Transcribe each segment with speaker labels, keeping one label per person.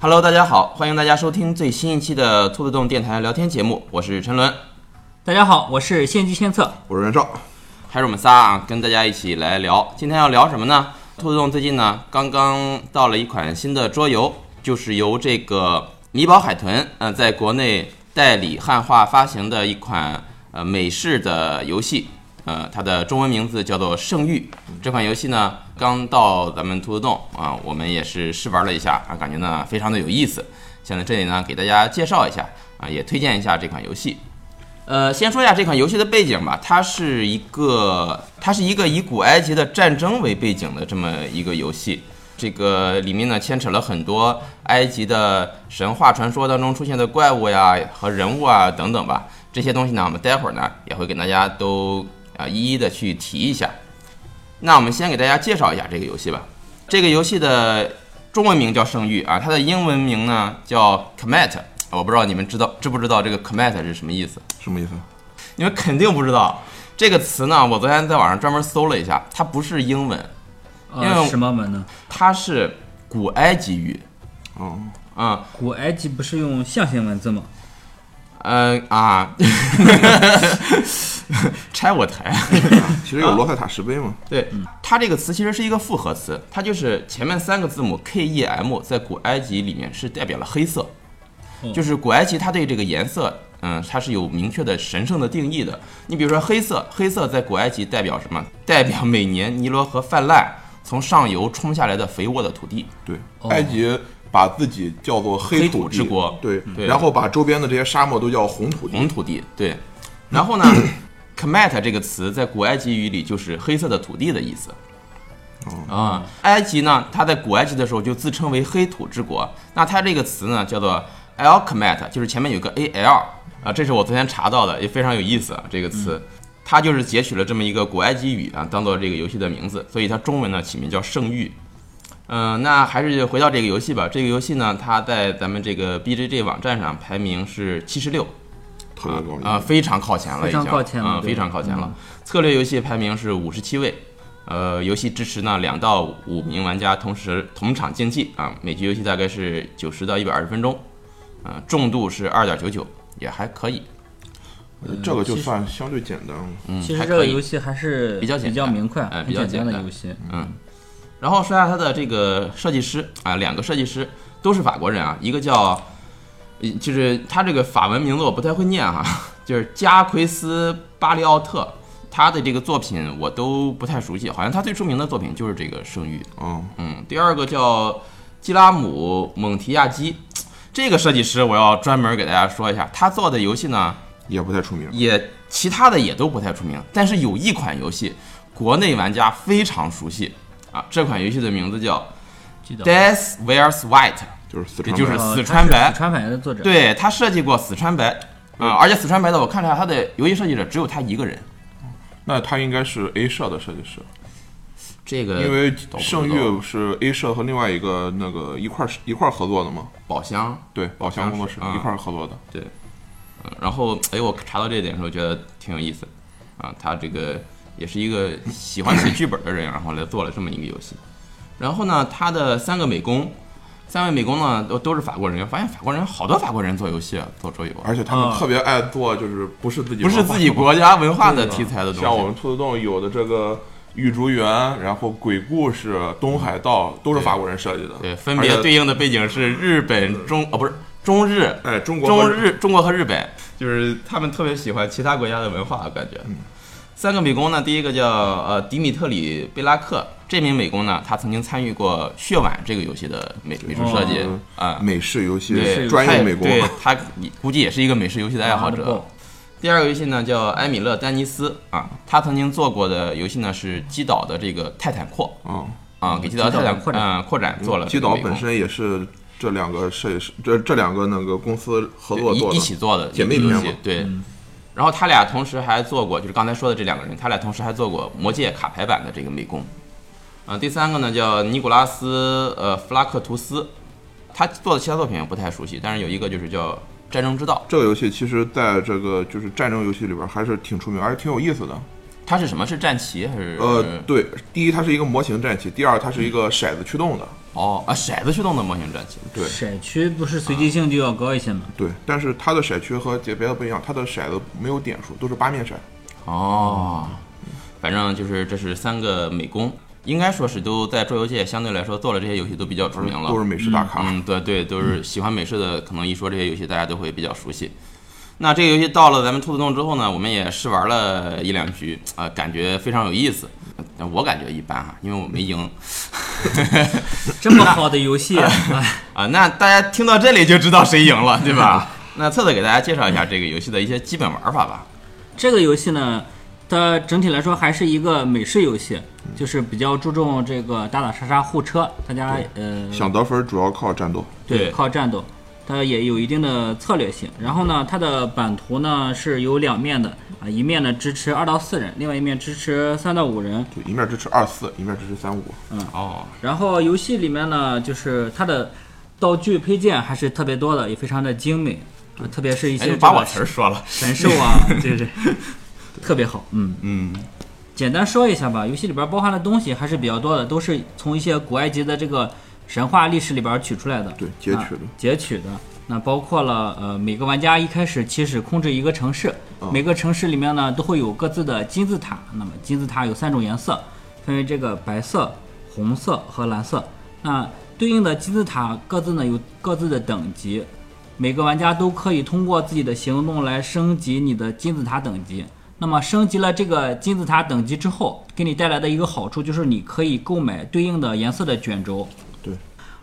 Speaker 1: Hello，大家好，欢迎大家收听最新一期的兔子洞电台聊天节目，我是陈伦，
Speaker 2: 大家好，我是献计献策。
Speaker 3: 我是袁绍，
Speaker 1: 还是我们仨啊，跟大家一起来聊。今天要聊什么呢？兔子洞最近呢，刚刚到了一款新的桌游，就是由这个米宝海豚，呃，在国内代理汉化发行的一款呃美式的游戏，呃，它的中文名字叫做《圣域》。这款游戏呢，刚到咱们兔子洞啊、我们也是试玩了一下啊，感觉呢非常的有意思。现在这里呢，给大家介绍一下啊，也推荐一下这款游戏。呃，先说一下这款游戏的背景吧，它是一个它是一个以古埃及的战争为背景的这么一个游戏。这个里面呢牵扯了很多埃及的神话传说当中出现的怪物呀和人物啊等等吧，这些东西呢，我们待会儿呢也会给大家都啊一一的去提一下。那我们先给大家介绍一下这个游戏吧。这个游戏的中文名叫《圣域》啊，它的英文名呢叫 Comet。我不知道你们知道知不知道这个 Comet 是什么意思？
Speaker 3: 什么意思？
Speaker 1: 你们肯定不知道这个词呢。我昨天在网上专门搜了一下，它不是英文，因为
Speaker 2: 呃，什么文呢？
Speaker 1: 它是古埃及语。
Speaker 3: 哦，
Speaker 1: 嗯
Speaker 2: 古埃及不是用象形文字吗？
Speaker 1: 嗯啊， 拆我台。啊
Speaker 3: 其实有罗塞塔石碑嘛，
Speaker 1: 对，它这个词其实是一个复合词，它就是前面三个字母 K E M 在古埃及里面是代表了黑色，
Speaker 2: 哦
Speaker 1: 就是古埃及它对这个颜色，嗯，它是有明确的神圣的定义的。你比如说黑色，黑色在古埃及代表什么？代表每年尼罗河泛滥从上游冲下来的肥沃的土地。
Speaker 3: 对，
Speaker 2: 哦
Speaker 3: 埃及把自己叫做
Speaker 1: 黑土
Speaker 3: 土
Speaker 1: 之国
Speaker 3: 对
Speaker 1: 对，
Speaker 3: 然后把周边的这些沙漠都叫红土地，
Speaker 1: 红土地，对。然后呢 ，Kemet 这个词在古埃及语里就是黑色的土地的意思。啊、埃及呢，它在古埃及的时候就自称为黑土之国。那它这个词呢，叫做 El Kemet，就是前面有个 A L 啊，这是我昨天查到的，也非常有意思啊。这个词，它就是截取了这么一个古埃及语啊，当做这个游戏的名字，所以它中文呢起名叫圣域。嗯、那还是回到这个游戏吧。这个游戏呢，它在咱们这个 BJJ 网站上排名是七十六，
Speaker 3: 特别高
Speaker 1: 啊、
Speaker 3: 兴。
Speaker 1: 非常靠前了，已经
Speaker 2: 非常靠前了
Speaker 1: 啊
Speaker 2: 对嗯
Speaker 1: 非常靠前了。策略游戏排名是五十七位，呃，游戏支持呢两到五名玩家同时同场竞技啊，每局游戏大概是九十到一百二十分钟，啊、重度是二点九九，也还可以。
Speaker 3: 我觉得这个就算相对简单了。
Speaker 1: 嗯，
Speaker 2: 其实
Speaker 1: 还
Speaker 2: 这
Speaker 1: 可
Speaker 2: 个
Speaker 1: 以
Speaker 2: 游。戏还是
Speaker 1: 比较简单
Speaker 2: 比较明快、
Speaker 1: 哎比
Speaker 2: 很
Speaker 1: 较
Speaker 2: 简单的
Speaker 1: 简单
Speaker 2: 游戏。
Speaker 1: 然后说一下它的这个设计师啊、两个设计师都是法国人啊，一个叫，呃就是他这个法文名字我不太会念哈、就是加奎斯巴利奥特，他的这个作品我都不太熟悉，好像他最出名的作品就是这个《圣域》。
Speaker 3: 哦，
Speaker 1: 嗯，第二个叫基拉姆蒙提亚基，这个设计师我要专门给大家说一下，他做的游戏呢
Speaker 3: 也不太出名。
Speaker 1: 也其他的也都不太出名，但是有一款游戏国内玩家非常熟悉啊，这款游戏的名字叫
Speaker 2: 记得
Speaker 1: Death Wears White。
Speaker 3: 就是四
Speaker 1: 这
Speaker 3: 川
Speaker 1: 就是
Speaker 3: 版
Speaker 2: 呃
Speaker 1: 四川白
Speaker 2: 它是四川白的作者。，
Speaker 1: 对他设计过死川白啊、而且死川白的我看了一下他的游戏设计者只有他一个人，
Speaker 3: 那他应该是 A 社的设计师，
Speaker 1: 这个
Speaker 3: 因为
Speaker 1: 呃倒不知道
Speaker 3: 圣域是 A 社和另外一个那个一块儿一块儿合作的嘛，
Speaker 1: 宝箱
Speaker 3: 对，宝箱工作室
Speaker 1: 啊
Speaker 3: 一块儿合作的。
Speaker 1: 然后，哎，我查到这一点的时候觉得挺有意思，啊，他这个也是一个喜欢写剧本的人，然后来做了这么一个游戏。然后呢，他的三个美工，三位美工呢都都是法国人，发现法国人好多法国人做游戏啊，做桌游啊，
Speaker 3: 而且他们
Speaker 2: 啊
Speaker 3: 特别爱做，就是不是自己
Speaker 1: 不是
Speaker 3: 文化
Speaker 1: 自己
Speaker 3: 的
Speaker 1: 国家文化的题材的
Speaker 3: 像我
Speaker 1: 东西。
Speaker 3: 们兔子洞有的这个玉竹园，然后鬼故事、东海道都是法国人设计的，
Speaker 1: 嗯对，分别
Speaker 3: 而且
Speaker 1: 对应的背景是日本、中哦不是中日、
Speaker 3: 哎中国
Speaker 1: 中
Speaker 3: 和
Speaker 1: 日中国和日本，就是他们特别喜欢其他国家的文化，我感觉。三个美工呢，第一个叫呃迪米特里贝拉克，这名美工呢，他曾经参与过《血碗》这个游戏的美美术设计
Speaker 3: 哦
Speaker 1: 啊、
Speaker 3: 美式游戏
Speaker 1: 对，
Speaker 3: 专
Speaker 1: 他
Speaker 3: 业
Speaker 1: 也
Speaker 3: 美工，
Speaker 1: 对他估计也是一个美式游戏的爱好
Speaker 2: 啊
Speaker 1: 者。第二个游戏呢叫埃米勒丹尼斯啊，他曾经做过的游戏呢是击倒的这个泰坦扩
Speaker 3: 嗯，
Speaker 1: 啊，给击倒的泰坦
Speaker 2: 击倒扩展
Speaker 1: 嗯扩展做了这
Speaker 3: 基
Speaker 1: 个
Speaker 3: 岛
Speaker 1: 美工。
Speaker 3: 本身也是这两个设计师，这这两个那个公司合作做
Speaker 1: 一一
Speaker 3: 的，
Speaker 1: 起做的
Speaker 3: 姐妹
Speaker 1: 一个游
Speaker 3: 篇
Speaker 1: 戏
Speaker 3: 嘛
Speaker 1: 对。然后他俩同时还做过，就是刚才说的这两个人，他俩同时还做过《魔戒》卡牌版的这个美工。啊、第三个呢叫尼古拉斯呃弗拉克图斯，他做的其他作品我不太熟悉，但是有一个就是叫《战争之道
Speaker 3: 这个游戏其实在这个就是战争游戏里边还是挺出名，而且挺有意思的。》，
Speaker 1: 它是什么？是战旗还是？
Speaker 3: 呃，对，第一它是一个模型战旗，第二它是一个骰子驱动的，
Speaker 1: 哦啊，骰子驱动的模型战旗。
Speaker 3: 对
Speaker 2: 骰区不是随机性就要高一些吗？
Speaker 3: 对，但是它的骰区和别的不一样，它的骰子没有点数，都是八面骰。
Speaker 1: 哦，反正就是这是三个美工，应该说是都在桌游界相对来说做了这些游戏都比较出名了，
Speaker 3: 都是美式大咖。
Speaker 1: 嗯，对对，都是喜欢美式的，可能一说这些游戏，大家都会比较熟悉。那这个游戏到了咱们兔子洞之后呢，我们也试玩了一两局，啊、感觉非常有意思。呃我感觉一般哈，因为我没赢
Speaker 2: 这么好的 游戏，哎
Speaker 1: 啊。那大家听到这里就知道谁赢了，对吧？
Speaker 2: 嗯
Speaker 1: 那策策给大家介绍一下这个游戏的一些基本玩法吧。
Speaker 2: 这个游戏呢，它整体来说还是一个美式游戏，就是比较注重这个打打杀杀互车，大家呃
Speaker 3: 想得分主要靠战斗，
Speaker 1: 对
Speaker 2: 对，靠战斗，它也有一定的策略性。然后呢，它的版图呢是有两面的啊，一面呢支持二到四人，另外一面支持三到五人。
Speaker 3: 对，一面支持二四，一面支持三五。
Speaker 2: 嗯
Speaker 1: 哦，
Speaker 2: 然后游戏里面呢，就是它的道具配件还是特别多的，也非常的精美，啊、特别是一
Speaker 1: 哎，
Speaker 2: 些
Speaker 1: 你把
Speaker 2: 这个
Speaker 1: 我词儿说了。
Speaker 2: 神兽啊， 就是特别好，嗯。
Speaker 1: 嗯，
Speaker 2: 简单说一下吧，游戏里边包含的东西还是比较多的，都是从一些古埃及的这个神话历史里边取出来的，
Speaker 3: 对截取的
Speaker 2: 啊截取的。那包括了呃，每个玩家一开始起始控制一个城市，
Speaker 3: 哦
Speaker 2: 每个城市里面呢都会有各自的金字塔。那么金字塔有三种颜色，分为这个白色、红色和蓝色。那对应的金字塔各自呢有各自的等级，每个玩家都可以通过自己的行动来升级你的金字塔等级。那么升级了这个金字塔等级之后，给你带来的一个好处就是你可以购买对应的颜色的卷轴。
Speaker 3: 对，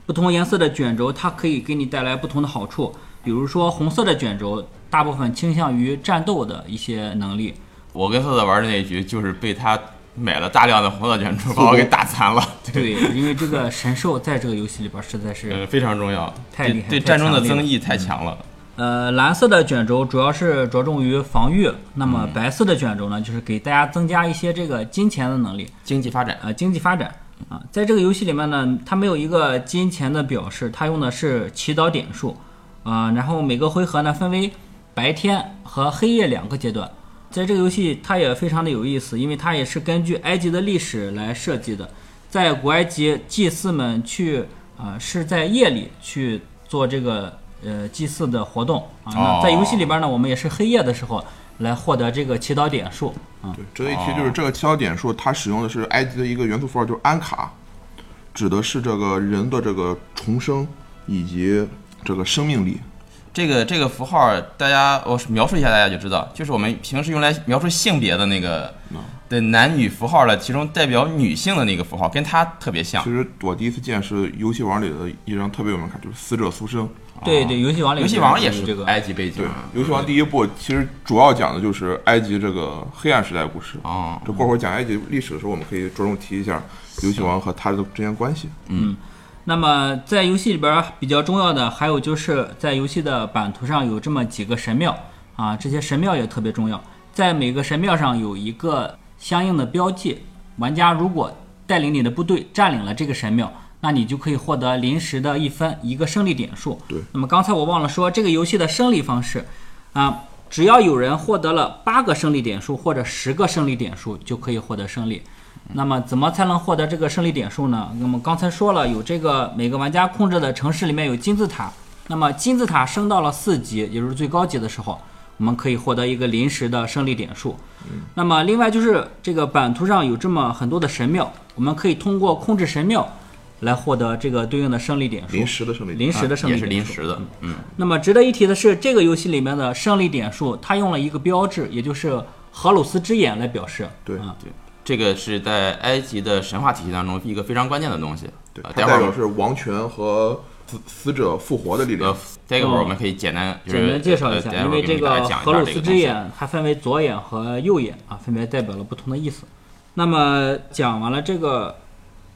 Speaker 2: 不同颜色的卷轴，它可以给你带来不同的好处。比如说红色的卷轴，大部分倾向于战斗的一些能力。
Speaker 1: 我跟策策玩的那一局就是被他买了大量的红色卷轴，把我给打残了。
Speaker 2: 对，因为这个神兽在这个游戏里边实在是
Speaker 1: 呃，非常重要，
Speaker 2: 太
Speaker 1: 对
Speaker 2: 厉害
Speaker 1: 对
Speaker 2: 太
Speaker 1: 战争的
Speaker 2: 强烈了
Speaker 1: 增益太强了。
Speaker 2: 呃，蓝色的卷轴主要是着重于防御，那么白色的卷轴呢，就是给大家增加一些这个金钱的能力，
Speaker 1: 经济发展，
Speaker 2: 呃，经济发展啊。在这个游戏里面呢，它没有一个金钱的表示，它用的是祈祷点数，啊、然后每个回合呢分为白天和黑夜两个阶段。在这个游戏它也非常的有意思，因为它也是根据埃及的历史来设计的。在古埃及，祭祀们去啊、呃是在夜里去做这个呃祭祀的活动啊。
Speaker 1: 哦
Speaker 2: 那在游戏里边呢，我们也是黑夜的时候来获得这个祈祷点数啊。
Speaker 3: 对，值得一提就是这个七号点数，它使用的是埃及的一个元素符号，就是安卡，指的是这个人的这个重生以及这个生命力。
Speaker 1: 这个这个符号，大家我描述一下，大家就知道，就是我们平时用来描述性别的那个
Speaker 2: 嗯
Speaker 1: 的男女符号的，其中代表女性的那个符号，跟它特别像
Speaker 3: 其。实我第一次见是游戏王里的一张特别有名卡，就是死者苏生。
Speaker 2: 对对，游戏王里
Speaker 1: 游戏王也
Speaker 2: 有
Speaker 1: 是
Speaker 2: 这个
Speaker 1: 埃及背景
Speaker 2: 嗯
Speaker 1: 啊
Speaker 3: 对，，游戏王第一部其实主要讲的就是埃及这个黑暗时代故事。
Speaker 1: 哦，
Speaker 3: 这过会儿讲埃及历史的时候，我们可以着重提一下游戏王和他的之间关系。
Speaker 2: 那么在游戏里边儿比较重要的，还有就是在游戏的版图上有这么几个神庙啊，这些神庙也特别重要，在每个神庙上有一个相应的标记，玩家如果带领你的部队占领了这个神庙。那你就可以获得临时的一分一个胜利点数。
Speaker 3: 对
Speaker 2: 那么刚才我忘了说，这个游戏的胜利方式，啊，只要有人获得了八个胜利点数或者十个胜利点数，就可以获得胜利。那么怎么才能获得这个胜利点数呢？那么刚才说了，有这个每个玩家控制的城市里面有金字塔，那么金字塔升到了四级，也就是最高级的时候，我们可以获得一个临时的胜利点数。
Speaker 1: 嗯
Speaker 2: 那么另外就是这个版图上有这么很多的神庙，我们可以通过控制神庙来获得这个对应的胜利点数。
Speaker 3: 临时的胜利，
Speaker 2: 嗯
Speaker 3: 啊
Speaker 2: 临时的胜利
Speaker 1: 啊也
Speaker 2: 点数
Speaker 1: 是临时的。嗯，
Speaker 2: 那么值得一提的是，这个游戏里面的胜利点数，它用了一个标志，也就是荷鲁斯之眼来表示。
Speaker 3: 对
Speaker 2: 啊，
Speaker 1: 这个是在埃及的神话体系当中一个非常关键的东西。
Speaker 3: 对，
Speaker 1: 呃
Speaker 3: 它
Speaker 1: 待会
Speaker 3: 代
Speaker 1: 儿
Speaker 3: 表
Speaker 1: 我
Speaker 3: 是王权和死死者复活的力量
Speaker 1: 呃。，待会儿我们可以简单就是
Speaker 2: 嗯简单介绍一
Speaker 1: 呃
Speaker 2: 下，
Speaker 1: 待会儿
Speaker 2: 因为
Speaker 1: 给
Speaker 2: 这
Speaker 1: 大
Speaker 2: 个
Speaker 1: 家讲一
Speaker 2: 荷
Speaker 1: 下
Speaker 2: 鲁
Speaker 1: 这
Speaker 2: 斯
Speaker 1: 个
Speaker 2: 之
Speaker 1: 东西
Speaker 2: 眼它分为左眼和右眼啊，分别代表了不同的意思。那么讲完了这个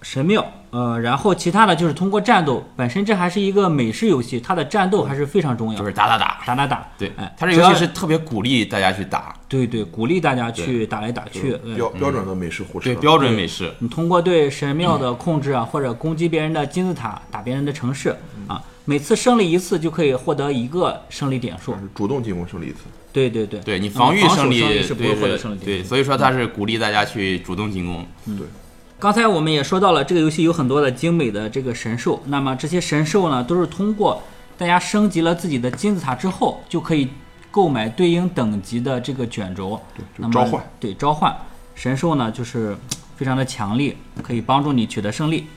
Speaker 2: 神庙，呃，然后其他的就是通过战斗本身，这还是一个美式游戏，它的战斗还是非常重要
Speaker 1: 就。是打打打。
Speaker 2: 打打打，
Speaker 1: 对
Speaker 2: 哎，，
Speaker 1: 它这
Speaker 2: 只
Speaker 1: 游
Speaker 2: 要
Speaker 1: 戏是特别鼓励大家去打，
Speaker 2: 对对，鼓励大家去打来打去。呃
Speaker 3: 标标准的美式互
Speaker 1: 对
Speaker 3: 吃，
Speaker 1: 标准美式。嗯
Speaker 2: 你通过对神庙的控制啊，或者攻击别人的金字塔，打别人的城市啊，每次胜利一次就可以获得一个胜利点数
Speaker 3: 嗯但。是主动进攻胜利一次。
Speaker 2: 对对对，
Speaker 1: 对你防
Speaker 2: 嗯防
Speaker 1: 御
Speaker 2: 守
Speaker 1: 胜利，
Speaker 2: 是不
Speaker 1: 对
Speaker 2: 会获得
Speaker 1: 对
Speaker 2: 胜利点
Speaker 1: 对，
Speaker 2: 数。
Speaker 1: 所以说他是鼓励大家去主动进攻。
Speaker 3: 对，
Speaker 2: 刚才我们也说到了，这个游戏有很多的精美的这个神兽，那么这些神兽呢，都是通过大家升级了自己的金字塔之后，就可以购买对应等级的这个卷轴，
Speaker 3: 就
Speaker 2: 那么
Speaker 3: 召唤，
Speaker 2: 对召唤神兽呢，就是非常的强力，可以帮助你取得胜利。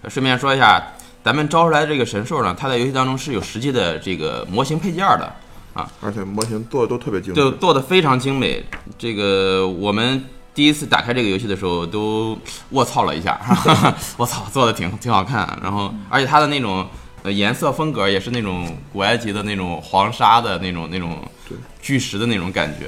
Speaker 1: 呃顺便说一下，咱们招出来的这个神兽呢，它在游戏当中是有实际的这个模型配件的，
Speaker 3: 而且模型做的都特别精
Speaker 1: 就
Speaker 3: 致。
Speaker 1: 做的非常精美。这个我们第一次打开这个游戏的时候都卧槽了一下， 我操，做的挺挺好看。然后，
Speaker 2: 嗯
Speaker 1: 而且它的那种呃颜色风格也是那种古埃及的那种黄沙的那种那种
Speaker 3: 对
Speaker 1: 巨石的那种感觉。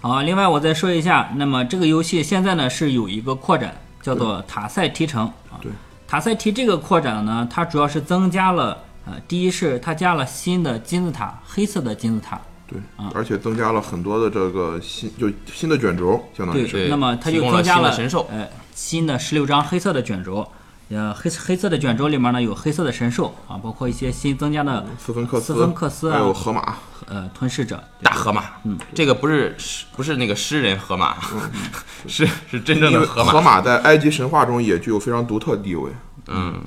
Speaker 2: 好啊，另外我再说一下，那么这个游戏现在呢是有一个扩展，叫做塔塞提城啊。
Speaker 3: 对，
Speaker 2: 塔塞提这个扩展呢，它主要是增加了呃，第一是它加了新的金字塔，黑色的金字塔。
Speaker 3: 对，而且增加了很多的这个新，就新的卷轴，相当于
Speaker 2: 对，
Speaker 3: 是。
Speaker 1: 对
Speaker 2: 那么它
Speaker 1: 提
Speaker 2: 就
Speaker 1: 供
Speaker 2: 增
Speaker 1: 了
Speaker 2: 加
Speaker 1: 新的
Speaker 2: 了
Speaker 1: 神兽
Speaker 2: 呃新的十六张黑色的卷轴。呃，黑黑色的卷轴里面呢有黑色的神兽啊，包括一些新增加的
Speaker 3: 斯芬克斯、
Speaker 2: 斯芬克斯啊
Speaker 3: 还有河马，
Speaker 2: 呃吞噬者。
Speaker 1: 大河马，嗯，这个不是诗不是那个诗人河马， 是是真正
Speaker 3: 因
Speaker 1: 的
Speaker 3: 为哦
Speaker 1: 河
Speaker 3: 河
Speaker 1: 马。
Speaker 3: 马在埃及神话中也具有非常独特的地位。
Speaker 1: 嗯，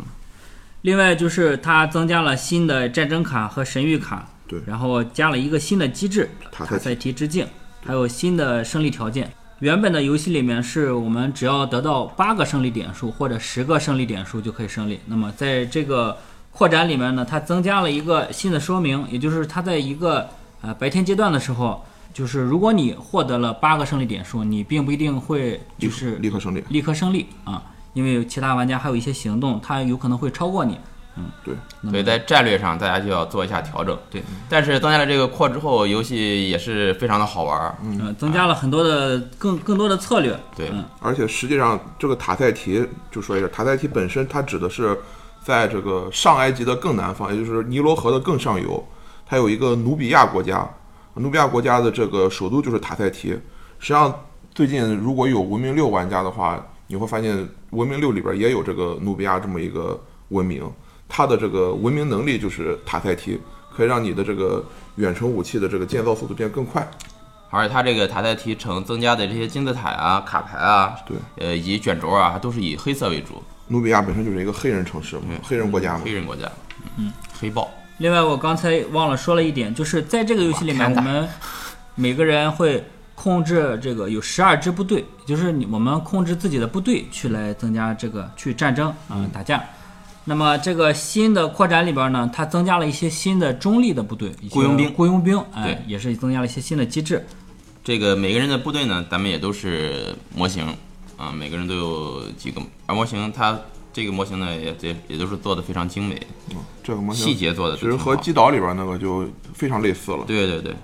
Speaker 2: 另外就是它增加了新的战争卡和神谕卡，
Speaker 3: 对
Speaker 2: 然后加了一个新的机制
Speaker 3: 塔塞提
Speaker 2: 塔塞提之境，还有新的胜利条件。原本的游戏里面是我们只要得到八个胜利点数或者十个胜利点数就可以胜利。那么在这个扩展里面呢，它增加了一个新的说明，也就是它在一个呃白天阶段的时候，就是如果你获得了八个胜利点数，你并不一定会就是
Speaker 3: 立刻胜利。
Speaker 2: 立刻胜利啊，因为有其他玩家还有一些行动，他有可能会超过你。
Speaker 3: 对，
Speaker 1: 所以在战略上大家就要做一下调整。对，但是增加了这个扩之后，游戏也是非常的好玩儿。
Speaker 2: 嗯、增加了很多的更更多的策略。
Speaker 1: 对，
Speaker 2: 嗯
Speaker 3: 而且实际上，这个塔塞提就说一下，塔塞提本身它指的是在这个上埃及的更南方，也就是尼罗河的更上游，它有一个努比亚国家，努比亚国家的这个首都就是塔塞提。实际上，最近如果有文明六玩家的话，你会发现文明六里边也有这个努比亚这么一个文明，它的这个文明能力就是塔塞提，可以让你的这个远程武器的这个建造速度变更快。
Speaker 1: 而且它这个塔塞提城增加的这些金字塔啊、卡牌啊，
Speaker 3: 对，
Speaker 1: 呃，以及卷轴啊，它都是以黑色为主，
Speaker 3: 努比亚本身就是一个黑人城市嘛，黑人国家嘛
Speaker 1: 黑，人国家，嗯，黑豹。
Speaker 2: 另外，我刚才忘了说了一点，就是在这个游戏里面，
Speaker 1: 哇看
Speaker 2: 我
Speaker 1: 打
Speaker 2: 们每个人会控制这个有十二支部队，就是你我们控制自己的部队去来增加这个去战争啊、打
Speaker 1: 嗯
Speaker 2: 架。那么这个新的扩展里边呢，它增加了一些新的中立的部队，一些
Speaker 1: 雇佣兵
Speaker 2: 雇佣兵，哎、
Speaker 1: 对
Speaker 2: 也是增加了一些新的机制。
Speaker 1: 这个每个人的部队呢，咱们也都是模型啊，每个人都有几个，而模型它这个模型呢，也也也都是做的非常精美，
Speaker 3: 这个模型
Speaker 1: 细节做的
Speaker 3: 其实和
Speaker 1: 基
Speaker 3: 击倒里边那个就非常类似了。
Speaker 1: 对对对，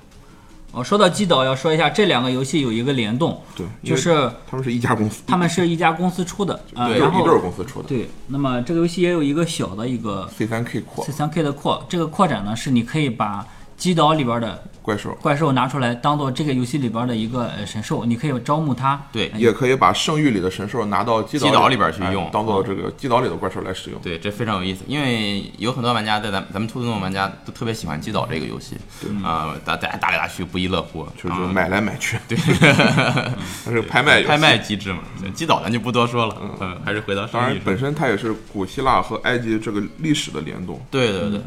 Speaker 2: 哦，说到击倒，要说一下这两个游戏有一个联动，
Speaker 3: 对，因
Speaker 2: 就
Speaker 3: 为
Speaker 2: 是
Speaker 3: 他们是一家公司，
Speaker 2: 他们是一家公司出的，啊、
Speaker 1: 对
Speaker 3: 一对
Speaker 2: 然
Speaker 3: 儿一
Speaker 2: 后
Speaker 3: 对儿公司出的。
Speaker 2: 对，那么这个游戏也有一个小的一个
Speaker 3: C 三 K 扩
Speaker 2: C 三 K 的扩，这个扩展呢是你可以把击倒里边的
Speaker 3: 怪兽，
Speaker 2: 怪兽拿出来，当做这个游戏里边的一个呃神兽，你可以招募它。
Speaker 1: 对
Speaker 2: 哎
Speaker 3: 也可以把圣域里的神兽拿到击
Speaker 1: 击
Speaker 3: 岛
Speaker 1: 岛里边去
Speaker 3: 哎
Speaker 1: 用
Speaker 3: 当做这个击岛里的怪兽来使用。
Speaker 1: 对，这非常有意思，因为有很多玩家在咱咱们兔子洞玩家都特别喜欢击倒这个游戏，啊，打打打来打去不亦乐乎，
Speaker 3: 就是
Speaker 1: 啊
Speaker 3: 买来买去，
Speaker 1: 对，
Speaker 3: 它是拍 卖游戏
Speaker 1: 拍卖。机制嘛，对击倒咱就不多说了，嗯，还是回到
Speaker 3: 当
Speaker 1: 生
Speaker 3: 然
Speaker 1: 意，上。
Speaker 3: 本身它也是古希腊和埃及这个历史的联动。
Speaker 1: 对对对，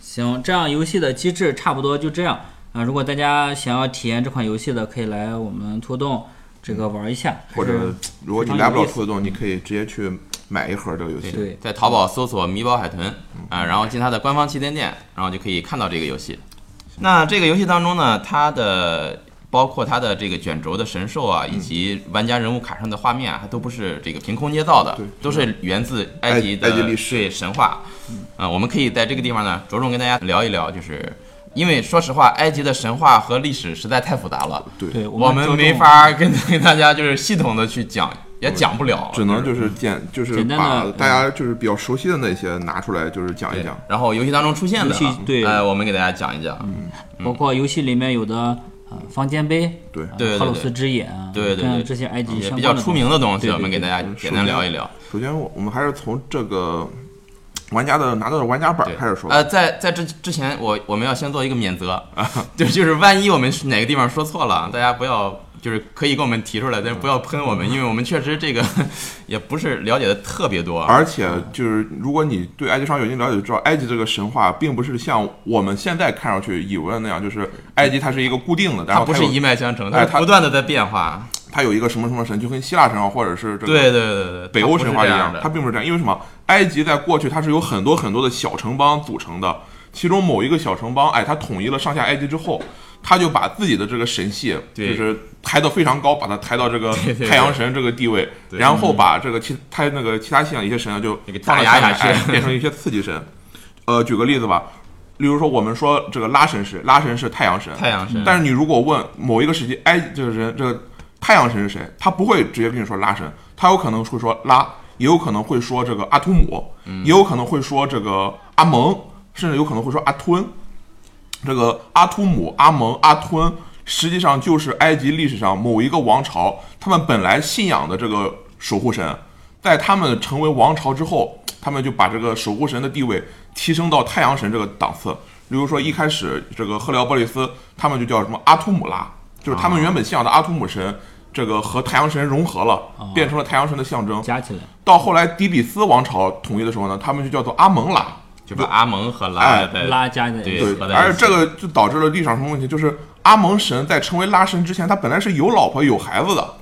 Speaker 2: 行，这样游戏的机制差不多就这样啊、如果大家想要体验这款游戏的，可以来我们拖动这个玩一下，
Speaker 3: 或
Speaker 2: 还
Speaker 3: 者
Speaker 2: 是，
Speaker 3: 如果你
Speaker 2: 非
Speaker 3: 来
Speaker 2: 常有
Speaker 3: 不了
Speaker 2: 意思
Speaker 3: 兔子洞，你可以直接去买一盒这个游戏。
Speaker 2: 对
Speaker 1: 在淘宝搜索“米宝海豚”啊、然后进它的官方旗舰店，然后就可以看到这个游戏。那这个游戏当中呢，它的包括它的这个卷轴的神兽啊，以及玩家人物卡上的画面啊，它都不是这个凭空捏造的
Speaker 3: 对，
Speaker 1: 都是源自埃及的
Speaker 3: 埃及历史嗯
Speaker 1: 对神话。啊、我们可以在这个地方呢，着重跟大家聊一聊，就是因为说实话，埃及的神话和历史实在太复杂了，
Speaker 3: 对
Speaker 2: 对
Speaker 1: 我
Speaker 2: 们着
Speaker 1: 们
Speaker 2: 重
Speaker 1: 没法跟 跟大家就是系统的去讲，也讲不了，
Speaker 3: 只能就是
Speaker 1: 嗯
Speaker 3: 简，就是
Speaker 2: 简单
Speaker 3: 把
Speaker 2: 的
Speaker 3: 大家就是比较熟悉的那些拿出来，就是讲一
Speaker 1: 对
Speaker 3: 讲。
Speaker 1: 然后游戏当中出现的
Speaker 2: 游戏
Speaker 1: 啊，
Speaker 2: 对
Speaker 1: 呃，我们给大家讲一讲。
Speaker 3: 嗯
Speaker 1: 嗯
Speaker 2: 包括游戏里面有的呃方尖碑、
Speaker 3: 对，
Speaker 2: 呃
Speaker 1: 对对
Speaker 2: 赫鲁
Speaker 1: 对
Speaker 2: 斯之眼啊，
Speaker 1: 对对对
Speaker 2: 跟这些埃及
Speaker 1: 也
Speaker 2: 相
Speaker 1: 比
Speaker 2: 关
Speaker 1: 较
Speaker 2: 的
Speaker 1: 出名的东西，
Speaker 2: 对对
Speaker 1: 我们给大家简单聊一聊。
Speaker 3: 首先，我我们还是从这个玩家的拿到的玩家本开始说。
Speaker 1: 呃，在在这之前，我我们要先做一个免责， 就就是万一我们是哪个地方说错了，大家不要就是可以给我们提出来，但
Speaker 3: 嗯
Speaker 1: 是不要喷我们，因为我们确实这个 也不是了解的特别多。
Speaker 3: 而且
Speaker 1: 嗯
Speaker 3: 就是，如果你对埃及商有一定了解，就知道埃及这个神话并不是像我们现在看上去以为的那样，就是埃及它是一个固定的，然
Speaker 1: 它
Speaker 3: 后
Speaker 1: 不
Speaker 3: 它
Speaker 1: 是
Speaker 3: 有
Speaker 1: 一脉相承，它
Speaker 3: 哎
Speaker 1: 是
Speaker 3: 它
Speaker 1: 不断的在变化。
Speaker 3: 它有一个什么什么神，就跟希腊神话或者是这个
Speaker 1: 对对对对，
Speaker 3: 北欧神
Speaker 1: 它
Speaker 3: 话
Speaker 1: 不
Speaker 3: 一
Speaker 1: 是这样
Speaker 3: 样，它
Speaker 1: 的。
Speaker 3: 并不是这样，因为什么？埃及在过去它是由很多很多的小城邦组成的，其中某一个小城邦，哎，它统一了上下埃及之后，它就把自己的这个神系就
Speaker 1: 对
Speaker 3: 是抬得非常高，把它抬到这个
Speaker 1: 对对对
Speaker 3: 太阳神这个地位，
Speaker 1: 对
Speaker 3: 然后把这个其它那个其他信仰一些神啊就
Speaker 1: 就给
Speaker 3: 放
Speaker 1: 打
Speaker 3: 到
Speaker 1: 压
Speaker 3: 下面
Speaker 1: 下去
Speaker 3: 哎变成一些刺激神。呃，举个例子吧，例如说我们说这个拉神是拉神是太阳神，
Speaker 1: 太阳神，
Speaker 3: 但是你如果问某一个时期，哎，这个人这个太阳神是谁，他不会直接跟你说拉神，他有可能会说拉，也有可能会说这个阿图姆，也有可能会说这个阿蒙，甚至有可能会说阿吞。这个阿图姆、阿蒙、阿吞，实际上就是埃及历史上某一个王朝，他们本来信仰的这个守护神，在他们成为王朝之后，他们就把这个守护神的地位提升到太阳神这个档次。比如说一开始这个赫辽波利斯，他们就叫什么阿图姆拉，就是他们原本信仰的阿图姆神，这个和太阳神融合了，变成了太阳神的象征。
Speaker 2: 加起来，
Speaker 3: 到后来底比斯王朝统一的时候呢，他们就叫做阿蒙拉。
Speaker 1: 就把阿蒙和拉
Speaker 3: 哎
Speaker 1: 在
Speaker 2: 拉加在
Speaker 1: 对合在
Speaker 3: 而
Speaker 1: 一
Speaker 3: 且
Speaker 1: 起
Speaker 3: 这个就导致了历史上什么问题？就是阿蒙神在成为拉神之前，他本来是有老婆有孩子的，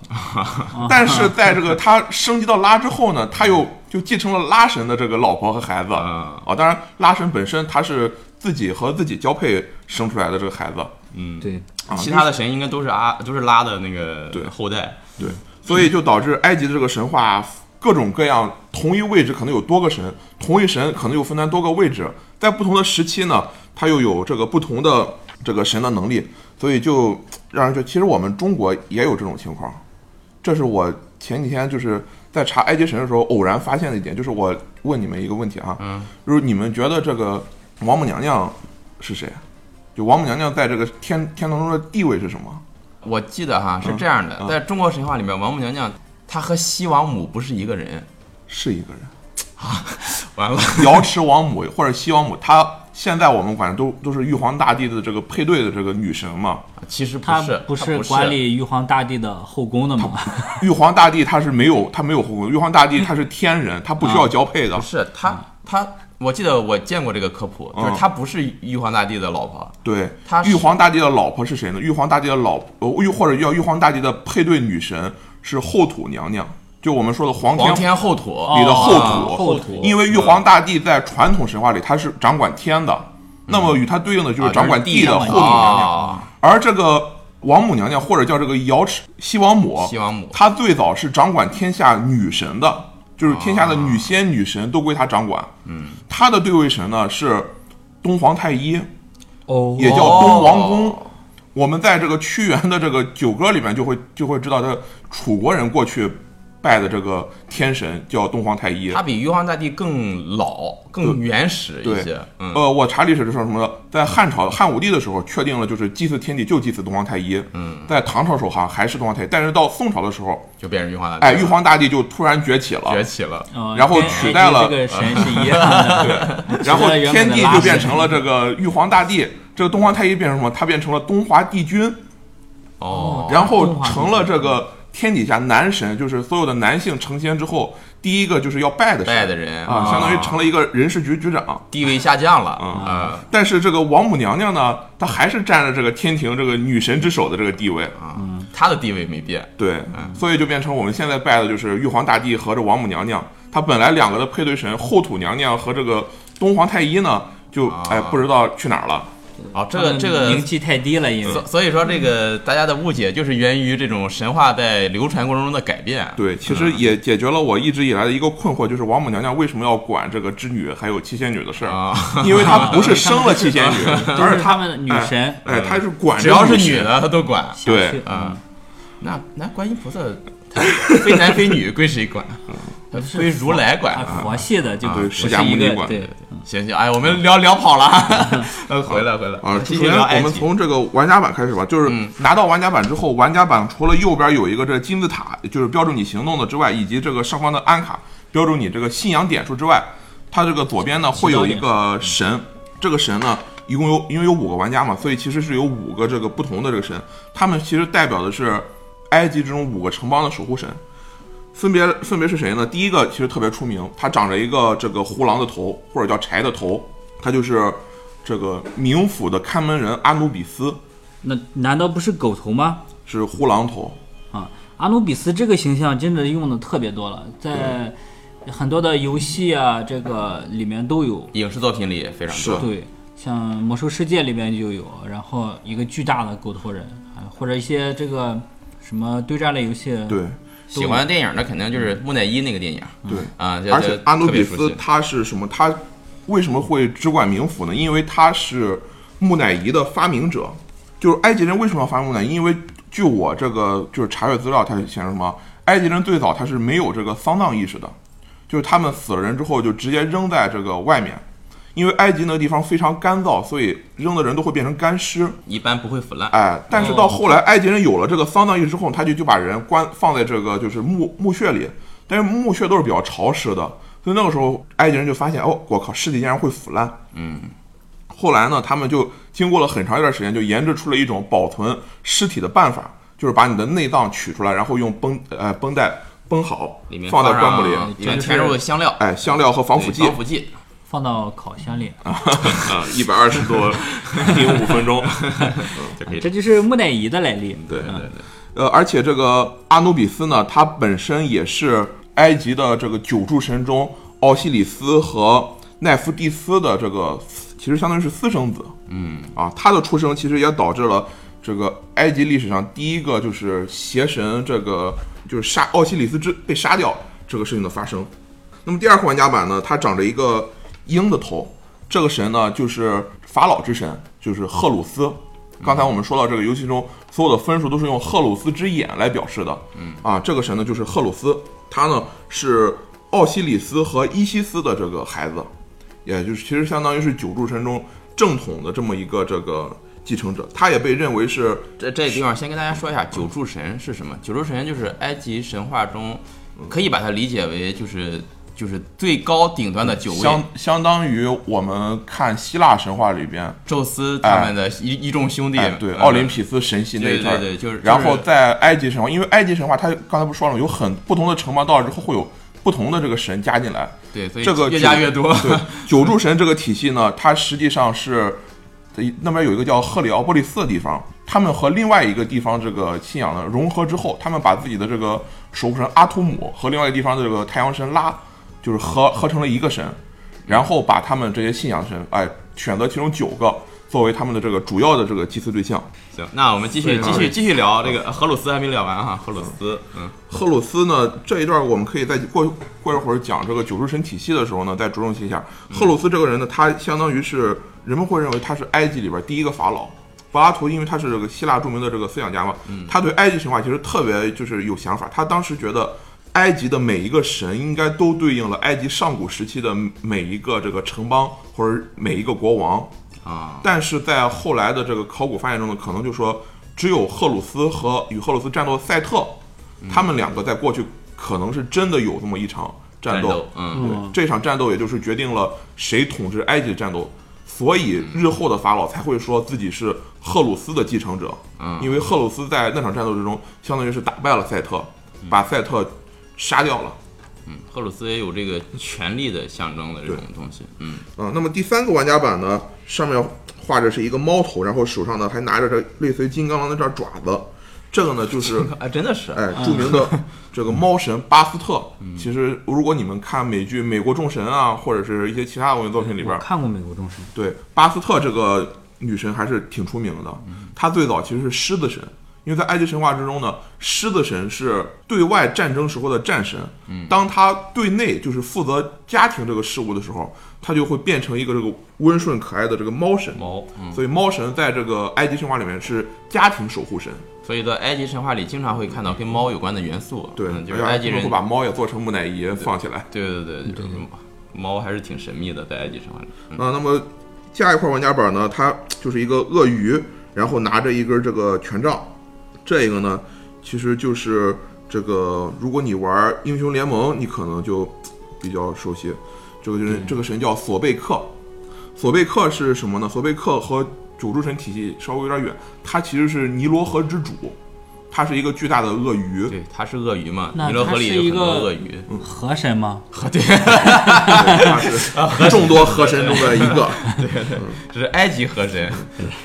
Speaker 3: 但是在这个他升级到拉之后呢，他又就继承了拉神的这个老婆和孩子。
Speaker 1: 嗯
Speaker 3: 啊，当然拉神本身他是自己和自己交配生出来的这个孩子。
Speaker 1: 嗯
Speaker 2: 对，
Speaker 3: 啊，
Speaker 1: 其他的神应该都是阿都是拉的那个
Speaker 3: 对
Speaker 1: 后代。
Speaker 3: 对，所以就导致埃及的这个神话各种各样，同一位置可能有多个神，同一神可能又分担多个位置，在不同的时期呢，它又有这个不同的这个神的能力，所以就让人觉得，其实我们中国也有这种情况。这是我前几天就是在查埃及神的时候偶然发现的一点，就是我问你们一个问题啊，
Speaker 1: 嗯，
Speaker 3: 就是你们觉得这个王母娘娘是谁？啊就王母娘娘在这个天天堂中的地位是什么？
Speaker 1: 我记得哈是这样的，
Speaker 3: 嗯
Speaker 1: 在中国神话里面，王母娘娘她和西王母不是一个 人。
Speaker 3: 是一个人。
Speaker 1: 完了，
Speaker 3: 瑶池王母或者西王母，她现在我们管都都是玉皇大帝的这个配对的这个女神嘛。
Speaker 1: 其实不
Speaker 2: 他
Speaker 1: 是，
Speaker 2: 不
Speaker 1: 她是
Speaker 2: 管理玉皇大帝的后宫的吗？
Speaker 3: 玉皇大帝他是没有他没有后宫，玉皇大帝他是天人，他不需要交配的
Speaker 1: 不。是她她，我记得我见过这个科普，就是
Speaker 3: 嗯
Speaker 1: 她不是玉皇大帝的老婆，
Speaker 3: 对
Speaker 1: 她，是
Speaker 3: 玉皇大帝的老婆是谁呢？玉皇大帝的老呃，玉或者叫玉皇大帝的配对女神是后土娘娘，就我们说的皇
Speaker 1: 皇
Speaker 3: 天
Speaker 1: 天后土
Speaker 3: 里的后
Speaker 1: 啊
Speaker 3: 土。
Speaker 2: 后土
Speaker 3: 因为玉皇大帝在传统神话里他是掌管天的，那么与他对应的就是掌管地的后
Speaker 2: 啊
Speaker 3: 土
Speaker 2: 就是地
Speaker 3: 娘娘。
Speaker 1: 啊，
Speaker 3: 而这个王母娘娘，或者叫这个瑶池西王母，
Speaker 1: 西王母
Speaker 3: 她最早是掌管天下女神的，就是天下的女仙、女神都归她掌管。啊嗯，她的对位神呢是东皇太一，
Speaker 2: 哦
Speaker 3: 也叫东王公。
Speaker 1: 哦
Speaker 3: 我们在这个屈原的这个九歌里面就会就会知道，这楚国人过去拜的这个天神叫东皇太一。
Speaker 1: 她比玉皇大帝更老、更原始一些
Speaker 3: 对。
Speaker 1: 嗯，
Speaker 3: 呃，我查历史的时候，什么在汉朝汉武帝的时候，确定了就是祭祀天地就祭祀东皇太一。嗯，在唐朝时候哈还是东皇太一，但是到宋朝的时候，
Speaker 1: 就变成玉皇大帝了，
Speaker 3: 哎，玉皇大帝就突然崛起了
Speaker 1: 崛，起了。
Speaker 2: 哦
Speaker 3: 然后
Speaker 2: 跟
Speaker 3: 取代了
Speaker 2: 埃及这个神是一样 的，取代
Speaker 3: 然后
Speaker 2: 了原本
Speaker 3: 天
Speaker 2: 的
Speaker 3: 帝
Speaker 2: 拉
Speaker 3: 就
Speaker 2: 神
Speaker 3: 变成了这个玉皇大帝，这个东皇太一变成什么？他变成了东华帝君，
Speaker 1: 哦，
Speaker 3: 然
Speaker 2: 东
Speaker 3: 后
Speaker 2: 华帝君
Speaker 3: 成了这个天底下男神，就是所有的男性成仙之后，第一个就是要拜的神
Speaker 1: 拜的人嗯
Speaker 3: 啊，相当于嗯成了一个人事局局长。
Speaker 1: 地位下降了啊。
Speaker 3: 但是这个王母娘娘呢，她还是占着这个天庭这个女神之首的这个地位。
Speaker 1: 啊，他的地位没变。
Speaker 3: 对，所以就变成我们现在拜的就是玉皇大帝和这王母娘娘，她本来两个的配对神后土娘娘和这个东皇太一呢，就
Speaker 1: 啊
Speaker 3: 哎不知道去哪儿了。
Speaker 1: 哦，这
Speaker 3: 嗯
Speaker 1: 个这个
Speaker 2: 名，气太低了，因为
Speaker 1: 所所以说这个大家的误解就是源于这种神话在流传过程中的改变。
Speaker 3: 对，其实也解决了我一直以来的一个困惑，就是王母娘娘为什么要管这个织女还有七仙女的事儿？
Speaker 1: 啊，
Speaker 3: 因为她不是生了七仙女，
Speaker 2: 就
Speaker 3: 而
Speaker 2: 是
Speaker 3: 是
Speaker 2: 他
Speaker 3: 她
Speaker 2: 们的女神嗯
Speaker 3: 哎，她是管着
Speaker 1: 只要是
Speaker 3: 神
Speaker 1: 女，的他都管。
Speaker 2: 想
Speaker 3: 对嗯
Speaker 2: 去
Speaker 1: 啊，那那观音菩萨，她非男非女归谁 管？
Speaker 3: 嗯
Speaker 1: 归如来
Speaker 3: 哎
Speaker 1: 管
Speaker 2: 啊，
Speaker 1: 啊。
Speaker 2: 佛系的就
Speaker 3: 对
Speaker 2: 不
Speaker 3: 释
Speaker 2: 是
Speaker 3: 迦牟
Speaker 2: 一
Speaker 3: 尼
Speaker 2: 个
Speaker 3: 管
Speaker 2: 对，
Speaker 1: 行行，哎，我们聊聊 跑了，呃，回来回来
Speaker 3: 啊，
Speaker 1: 继
Speaker 3: 之
Speaker 1: 续
Speaker 3: 前
Speaker 1: 聊埃
Speaker 3: 我们
Speaker 1: 及。
Speaker 3: 从这个玩家版开始吧，就是
Speaker 1: 嗯
Speaker 3: 拿到玩家版之后，玩家版除了右边有一个这金字塔，就是标注你行动的之外，以及这个上方的安卡标注你这个信仰点数之外，它这个左边呢
Speaker 2: 起到
Speaker 3: 会有一
Speaker 2: 演
Speaker 3: 个神，这个神呢一共有因为有五个玩家嘛，所以其实是有五个这个不同的这个神，他们其实代表的是埃及这种五个城邦的守护神，分别分别是谁呢？第一个其实特别出名，他长着一个这个胡狼的头或者叫柴的头，他就是这个冥府的看门人阿努比斯
Speaker 2: 那难道不是狗头吗？
Speaker 3: 是胡狼头，
Speaker 2: 啊，阿努比斯这个形象真的用的特别多了，在很多的游戏啊这个里面都有。
Speaker 1: 影视作品里也非常
Speaker 3: 是
Speaker 1: 多。
Speaker 2: 对，像《魔兽世界》里面就有，然后一个巨大的狗头人，啊或者一些这个什么对战类游戏，
Speaker 3: 对。
Speaker 1: 喜欢电影的肯定就是木乃伊那个电影
Speaker 3: 对，
Speaker 1: 啊，就
Speaker 3: 而且
Speaker 1: 就
Speaker 3: 阿努
Speaker 1: 特别
Speaker 3: 比
Speaker 1: 熟
Speaker 3: 斯
Speaker 1: 悉
Speaker 3: 他是什么？他为什么会只管冥府呢？因为他是木乃伊的发明者。就是埃及人为什么要发明木乃伊？因为据我这个就是查阅资料，它显示什么？埃及人最早他是没有这个丧葬意识的，就是他们死了人之后就直接扔在这个外面，因为埃及那个地方非常干燥，所以扔的人都会变成干尸。
Speaker 1: 一般不会腐烂。
Speaker 3: 哎，但
Speaker 1: 哦
Speaker 3: 是到后来，埃及人有了这个丧葬意识之后，他就就把人关放在这个就是墓墓穴里，但是墓穴都是比较潮湿的，所以那个时候埃及人就发现，哦，我靠，尸体竟然会腐烂。嗯，后来呢，他们就经过了很长一段时间，就研制出了一种保存尸体的办法，就是把你的内脏取出来，然后用绷呃绷带绷好
Speaker 1: 里面，
Speaker 3: 放在棺木里，
Speaker 1: 上里面
Speaker 2: 就是
Speaker 1: 填入香料、
Speaker 3: 哎，香料和防腐剂
Speaker 1: 对，防腐剂，
Speaker 2: 放到烤箱里，
Speaker 4: 啊，一百二十多，停五分钟就
Speaker 3: 嗯
Speaker 4: 可以
Speaker 2: 这就是木乃伊的来历。
Speaker 3: 对
Speaker 2: 嗯
Speaker 3: 对呃，而且这个阿努比斯呢，他本身也是埃及的这个九柱神中奥西里斯和奈芙蒂斯的这个私，其实相当于是私生子。嗯，啊，他的出生其实也导致了这个埃及历史上第一个就是邪神这个就是杀奥西里斯之被杀掉这个事情的发生。那么第二户玩家版呢，它长着一个鹰的头，这个神呢就是法老之神，就是赫鲁斯。刚才我们说到这个游戏中所有的分数都是用赫鲁斯之眼来表示的，嗯啊，这个神呢就是赫鲁斯，他呢是奥西里斯和伊西斯的这个孩子，也就是其实相当于是九柱神中正统的这么一个这个继承者，他也被认为是
Speaker 1: 这这个地方先跟大家说一下，九柱神是什么？九柱神就是埃及神话中，可以把它理解为就是就是最高顶端的九位
Speaker 3: 相，相当于我们看希腊神话里边
Speaker 1: 宙斯他们的一一众兄弟
Speaker 3: 哎，，对，
Speaker 1: 嗯
Speaker 3: 奥林匹斯神系那
Speaker 1: 对
Speaker 3: 一
Speaker 1: 对
Speaker 3: 段儿，
Speaker 1: 对就是
Speaker 3: 然后
Speaker 1: 就是
Speaker 3: 在埃及神话，因为埃及神话，它刚才不说了，有很不同的城邦到了之后会有不同的这个神加进来，
Speaker 1: 对，所以
Speaker 3: 这个
Speaker 1: 越
Speaker 3: 九
Speaker 1: 加越多。
Speaker 3: 对，九柱神这个体系呢，它实际上是那边有一个叫赫里奥波利斯的地方，他们和另外一个地方这个信仰呢融合之后，他们把自己的这个守护神阿图姆和另外一个地方的这个太阳神拉，就是合合成了一个神，然后把他们这些信仰神，哎，选择其中九个作为他们的这个主要的这个祭祀对象。
Speaker 1: 行，那我们继续
Speaker 3: 对
Speaker 1: 继续继续聊这个荷鲁斯还没聊完哈，荷鲁斯，嗯，
Speaker 3: 赫鲁斯呢，这一段我们可以在过过一会儿讲这个九柱神体系的时候呢，再着重提一下。赫鲁斯这个人呢，他相当于是人们会认为他是埃及里边第一个法老。柏拉图因为他是这个希腊著名的这个思想家嘛，他对埃及神话其实特别就是有想法。他当时觉得埃及的每一个神应该都对应了埃及上古时期的每一个这个城邦或者每一个国王。
Speaker 1: 啊，
Speaker 3: 但是在后来的这个考古发现中呢，可能就说只有赫鲁斯和与赫鲁斯战斗的赛特，他们两个在过去可能是真的有这么一场战
Speaker 1: 战
Speaker 3: 斗。
Speaker 1: 斗，嗯，
Speaker 3: 对，这场战斗也就是决定了谁统治埃及的战斗，所以日后的法老才会说自己是赫鲁斯的继承者，因为赫鲁斯在那场战斗之中，相当于是打败了赛特，把赛特杀掉了。
Speaker 1: 赫鲁斯也有这个权力的象征的这种东西，嗯，
Speaker 3: 嗯，那么第三个玩家版呢，上面画着是一个猫头，然后手上呢还拿着这类似于金刚狼的这爪子，这个呢就是
Speaker 1: 哎，真的是，
Speaker 3: 哎著名的这个猫神巴斯特。其实如果你们看美剧《美国众神》啊，或者是一些其他文学作品里边
Speaker 2: 我，看过《美国众神》，
Speaker 3: 对巴斯特这个女神还是挺出名的。
Speaker 1: 嗯
Speaker 3: 她最早其实是狮子神，因为在埃及神话之中呢，狮子神是对外战争时候的战神。
Speaker 1: 嗯
Speaker 3: 当他对内就是负责家庭这个事务的时候，他就会变成一个这个温顺可爱的这个猫神。
Speaker 1: 毛，嗯。
Speaker 3: 所以猫神在这个埃及神话里面是家庭守护神，
Speaker 1: 所以在埃及神话里，经常会看到跟猫有关的元素。
Speaker 3: 对，
Speaker 1: 嗯就
Speaker 3: 而
Speaker 1: 是
Speaker 3: 且
Speaker 1: 埃
Speaker 3: 他
Speaker 1: 及
Speaker 3: 们
Speaker 1: 人
Speaker 3: 会。把猫也做成木乃伊放起来。
Speaker 1: 对对
Speaker 3: 嗯
Speaker 1: 对，就是猫还是挺神秘的，在埃及神话里。嗯
Speaker 3: 啊，那么下一块玩家板呢，它就是一个鳄鱼，然后拿着一根这个权杖，这个呢，其实就是这个，如果你玩英雄联盟，你可能就比较熟悉。这个就是这个神叫索贝克。索贝克是什么呢？索贝克和九柱神体系稍微有点远，它其实是尼罗河之主，它是一个巨大的鳄鱼。
Speaker 1: 对，它是鳄鱼嘛，
Speaker 2: 那
Speaker 1: 尼罗河里
Speaker 2: 它是一
Speaker 1: 有很多
Speaker 2: 个
Speaker 1: 鳄鱼。
Speaker 3: 嗯
Speaker 2: 河神吗？
Speaker 3: 对它是众多河神中的一个。
Speaker 1: 这是埃及河神，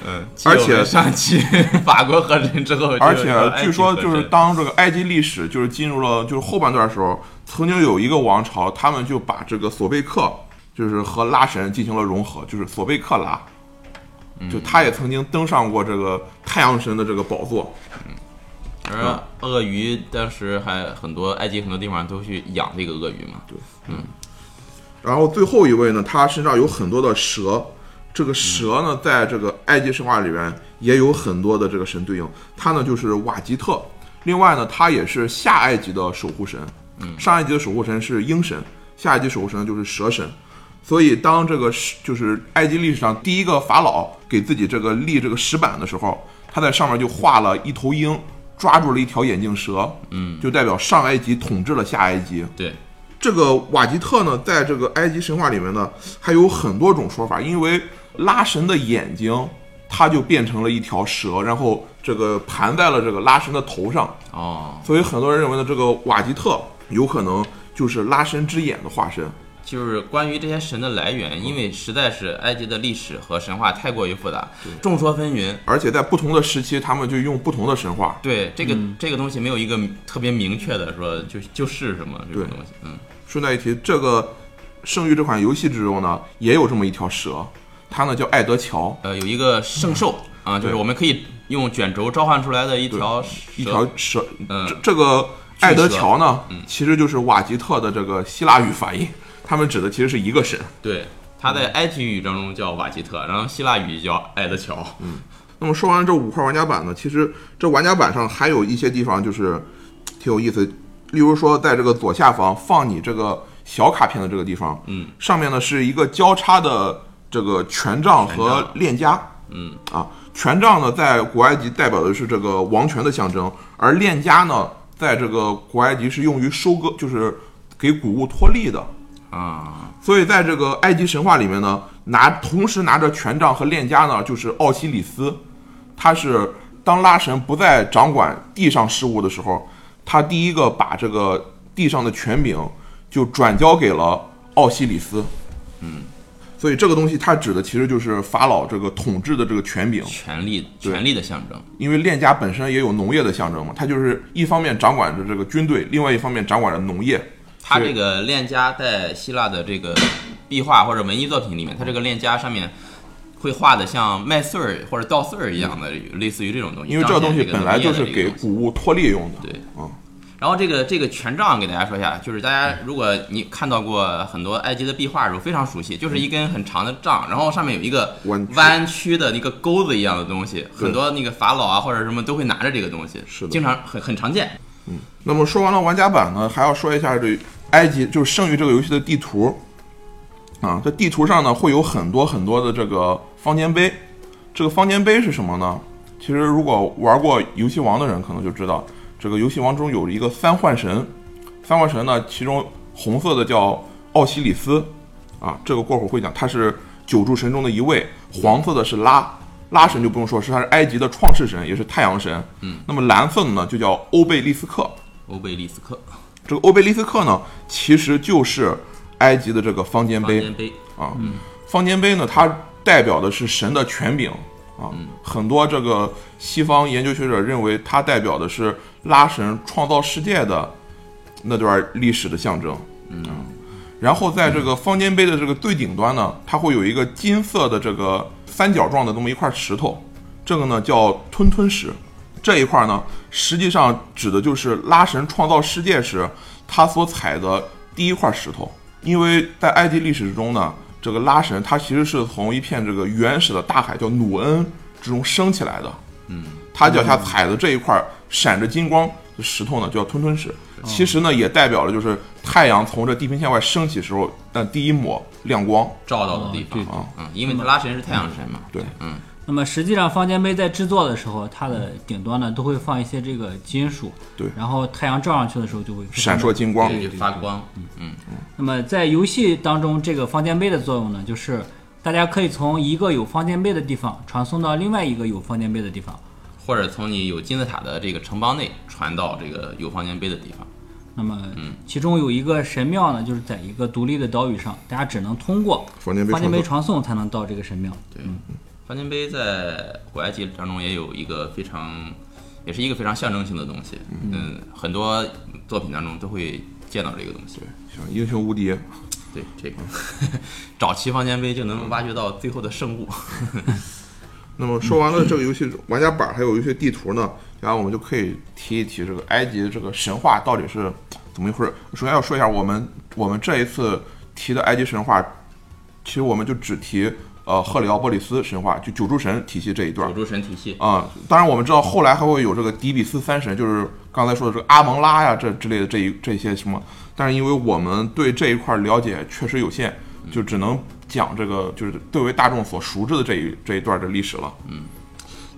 Speaker 1: 嗯，
Speaker 3: 而且
Speaker 1: 继我们上 期法国河神之后就有
Speaker 3: 而
Speaker 1: 了
Speaker 3: 且
Speaker 1: 埃及
Speaker 3: 据说就
Speaker 1: 河
Speaker 3: 是
Speaker 1: 神
Speaker 3: 当这个埃及历史就是进入了就是后半段的时候，曾经有一个王朝，他们就把这个索贝克就是和拉神进行了融合，就是索贝克拉，
Speaker 1: 嗯
Speaker 3: 就他也曾经登上过这个太阳神的这个宝座。
Speaker 1: 而鳄鱼当时还很多埃及很多地方都去养这个鳄鱼嘛，
Speaker 3: 然后最后一位呢，他身上有很多的蛇，这个蛇呢，在这个埃及神话里边也有很多的这个神对应，他呢就是瓦吉特。另外呢，他也是下埃及的守护神，上埃及的守护神是鹰神，下埃及守护神就是蛇神。所以，当这个石就是埃及历史上第一个法老给自己这个立这个石板的时候，他在上面就画了一头鹰，抓住了一条眼镜蛇，嗯，就代表上埃及统治了下埃及。
Speaker 1: 对，
Speaker 3: 这个瓦吉特呢，在这个埃及神话里面呢，还有很多种说法，因为拉神的眼睛，它就变成了一条蛇，然后这个盘在了这个拉神的头上，
Speaker 1: 哦，
Speaker 3: 所以很多人认为呢，这个瓦吉特有可能就是拉神之眼的化身。
Speaker 1: 就是关于这些神的来源，因为实在是埃及的历史和神话太过于复杂，众说纷纭。
Speaker 3: 而且在不同的时期，他们就用不同的神话。
Speaker 1: 对这个、
Speaker 3: 嗯
Speaker 1: 这个东西没有一个特别明确的说就就是什么这种
Speaker 3: 对
Speaker 1: 东西，嗯，
Speaker 3: 顺带一提，这个《圣域》这款游戏之中呢，也有这么一条蛇，它呢叫艾德乔，
Speaker 1: 呃，有一个圣兽啊，就是
Speaker 3: 对
Speaker 1: 我们可以用卷轴召唤出来的一条
Speaker 3: 一
Speaker 1: 蛇
Speaker 3: 条蛇。
Speaker 1: 嗯
Speaker 3: 这这个艾德乔呢，其实就是瓦吉特的这个希腊语发音，他们指的其实是一个神。
Speaker 1: 对，它在埃及语当中叫瓦吉特，然后希腊语叫埃德乔。
Speaker 3: 嗯那么说完这五块玩家版呢，其实这玩家版上还有一些地方就是嘖挺有意思，例如说在这个左下方放你这个小卡片的这个地方，
Speaker 1: 嗯，
Speaker 3: 上面呢是一个交叉的这个权杖
Speaker 1: 权
Speaker 3: 和
Speaker 1: 杖
Speaker 3: 链枷，
Speaker 1: 嗯
Speaker 3: 啊，权杖呢在古埃及代表的是这个王权的象征，而链枷呢在这个古埃及是用于收割，就是给谷物脱粒的，
Speaker 1: 啊，
Speaker 3: 所以在这个埃及神话里面呢，拿同时拿着权杖和链枷呢，就是奥西里斯，他是当拉神不再掌管地上事务的时候，他第一个把这个地上的权柄就转交给了奥西里斯。嗯，所以这个东西它指的其实就是法老这个统治的这个权柄，
Speaker 1: 权力
Speaker 3: 对
Speaker 1: 权力的象征。
Speaker 3: 因为链枷本身也有农业的象征嘛，它就是一方面掌管着这个军队，另外一方面掌管着农业。
Speaker 1: 它
Speaker 3: 对
Speaker 1: 这个链枷在希腊的这个壁画或者文艺作品里面，它这个链枷上面会画的像麦穗儿或者稻穗儿一样的，类似于这种东西。
Speaker 3: 因为这个
Speaker 1: 彰
Speaker 3: 东
Speaker 1: 显
Speaker 3: 西
Speaker 1: 这
Speaker 3: 本来
Speaker 1: 农业
Speaker 3: 就
Speaker 1: 的这
Speaker 3: 是
Speaker 1: 个
Speaker 3: 给
Speaker 1: 东西
Speaker 3: 谷物脱粒用的。
Speaker 1: 对，
Speaker 3: 嗯。
Speaker 1: 然后这个这个权杖给大家说一下，就是大家如果你看到过很多埃及的壁画的时候，非常熟悉，就是一根很长的杖，然后上面有一个
Speaker 3: 嗯弯曲
Speaker 1: 弯曲的那个钩子一样的东西，很多那个法老啊或者什么都会拿着这个东西，
Speaker 3: 是的
Speaker 1: 经常很很常见。
Speaker 3: 那么说完了玩家版呢，还要说一下这埃及就是《圣域》这个游戏的地图啊，这地图上呢会有很多很多的这个方尖碑。这个方尖碑是什么呢？其实如果玩过游戏王的人可能就知道，这个游戏王中有一个三幻神，三幻神呢，其中红色的叫奥西里斯啊，这个过会儿会讲，他是九柱神中的一位，黄色的是拉。拉神就不用说，是他是埃及的创世神，也是太阳神。嗯，那么蓝色的呢，就叫欧贝利斯克。
Speaker 1: 欧贝利斯克
Speaker 3: 这个欧贝利斯克呢，其实就是埃及的这个方尖
Speaker 1: 方
Speaker 3: 碑
Speaker 1: 尖碑，嗯
Speaker 3: 啊。方尖碑呢，它代表的是神的权柄啊。
Speaker 1: 嗯
Speaker 3: 很多这个西方研究学者认为，它代表的是拉神创造世界的那段历史的象征。嗯。然后在这个方尖碑的这个最顶端呢，它会有一个金色的这个三角状的这么一块石头，这个呢叫吞吞石。这一块呢，实际上指的就是拉神创造世界时他所踩的第一块石头。因为在埃及历史之中呢，这个拉神他其实是从一片这个原始的大海叫努恩之中升起来的。嗯，他脚下踩的这一块闪着金光的石头呢，叫吞吞石。其实呢，也代表了就是太阳从这地平线外升起时候的第一抹亮光。
Speaker 1: 照到的地嗯
Speaker 2: 哦对
Speaker 1: 方，嗯，因为它拉神是太阳神嘛，
Speaker 3: 对
Speaker 1: 嗯，
Speaker 2: 那么实际上，方尖碑在制作的时候，它的顶端呢都会放一些这个金属，
Speaker 3: 对
Speaker 2: 然后太阳照上去的时候就会
Speaker 3: 闪烁。金光，
Speaker 1: 对发光，嗯，
Speaker 2: 那么在游戏当中，这个方尖碑的作用呢，就是大家可以从一个有方尖碑的地方传送到另外一个有方尖碑的地方。
Speaker 1: 或者从你有金字塔的这个城邦内传到这个有方尖碑的地方。
Speaker 2: 那么，
Speaker 3: 嗯
Speaker 2: 其中有一个神庙呢，就是在一个独立的岛屿上，大家只能通过
Speaker 3: 方尖碑
Speaker 2: 方尖碑
Speaker 3: 传
Speaker 2: 传
Speaker 3: 送
Speaker 2: 送才能到这个神庙。
Speaker 1: 对，方尖碑在古埃及当中也有一个非常，也是一个非常象征性的东西。嗯，很多作品当中都会见到这个东西。
Speaker 3: 像英雄无敌，
Speaker 1: 对，这个 找齐方尖碑就能挖掘到最后的圣物。
Speaker 3: 那么说完了这个游戏玩家板，还有一些地图呢，然后我们就可以提一提这个埃及这个神话到底是怎么一回事。首先要说一下，我们我们这一次提的埃及神话，其实我们就只提呃赫里奥波利斯神话，就九柱神体系这一段
Speaker 1: 九。柱神体系，
Speaker 3: 啊、当然我们知道后来还会有这个底比斯三神，就是刚才说的这个阿蒙拉呀，这之类的这一这些什么，但是因为我们对这一块了解确实有限，就只能讲这个就是最为大众所熟知的这一这一段的历史了。嗯，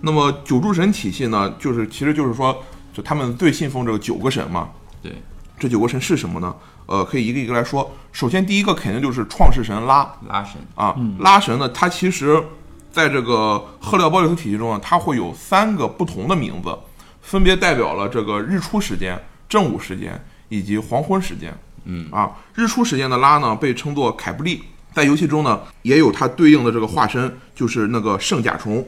Speaker 3: 那么九柱神体系呢，就是其实就是说，就他们最信奉这个九个神嘛。
Speaker 1: 对，
Speaker 3: 这九个神是什么呢？呃，可以一个一个来说。首先第一个肯定就是创世神拉，
Speaker 1: 拉神。
Speaker 3: 啊，拉神呢，它其实在这个赫利奥波利斯体系中啊呢，它会有三个不同的名字，分别代表了这个日出时间、正午时间以及黄昏时间。
Speaker 1: 嗯
Speaker 3: 啊，日出时间的拉呢被称作凯布利，在游戏中呢也有它对应的这个化身，就是那个圣甲虫，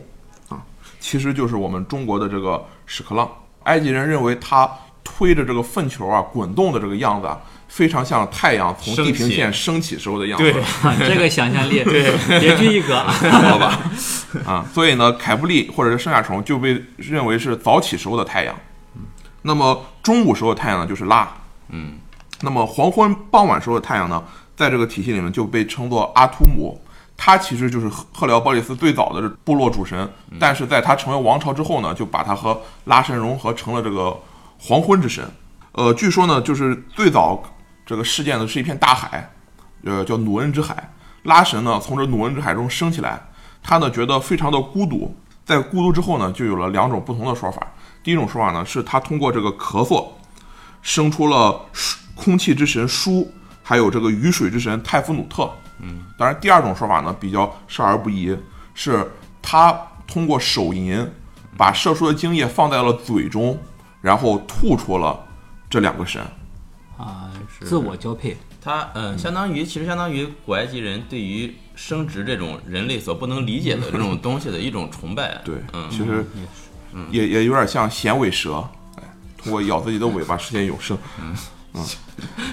Speaker 3: 啊，其实就是我们中国的这个屎壳郎。埃及人认为它推着这个粪球啊滚动的这个样子啊，非常像太阳从地平线升起时候的样子。
Speaker 2: 啊这个想象力别具一格。
Speaker 3: 好吧？啊，所以呢，凯布利或者是圣甲虫就被认为是早起时候的太阳。那么中午时候的太阳呢，就是拉。
Speaker 1: 嗯，
Speaker 3: 那么黄昏傍晚时候的太阳呢，在这个体系里面就被称作阿图姆，他其实就是赫赫辽波利斯最早的部落主神，但是在他成为王朝之后呢，就把他和拉神融合成了这个黄昏之神。呃，据说呢，就是最早这个事件呢是一片大海，呃，叫努恩之海。拉神呢从这努恩之海中升起来，他呢觉得非常的孤独，在孤独之后呢，就有了两种不同的说法。第一种说法呢，是他通过这个咳嗽生出了舒空气之神舒，还有这个雨水之神泰夫努特。嗯，当然，第二种说法呢比较少儿不宜，是他通过手淫把射出的精液放在了嘴中，然后吐出了这两个神。
Speaker 2: 啊，自我交配，
Speaker 1: 它呃，相当于其实相当于古埃及人对于生殖这种人类所不能理解的这种东西的一种崇拜。
Speaker 3: 对，
Speaker 1: 嗯，
Speaker 3: 其实也也有点像衔尾蛇，哎，通过咬自己的尾巴实现永生。嗯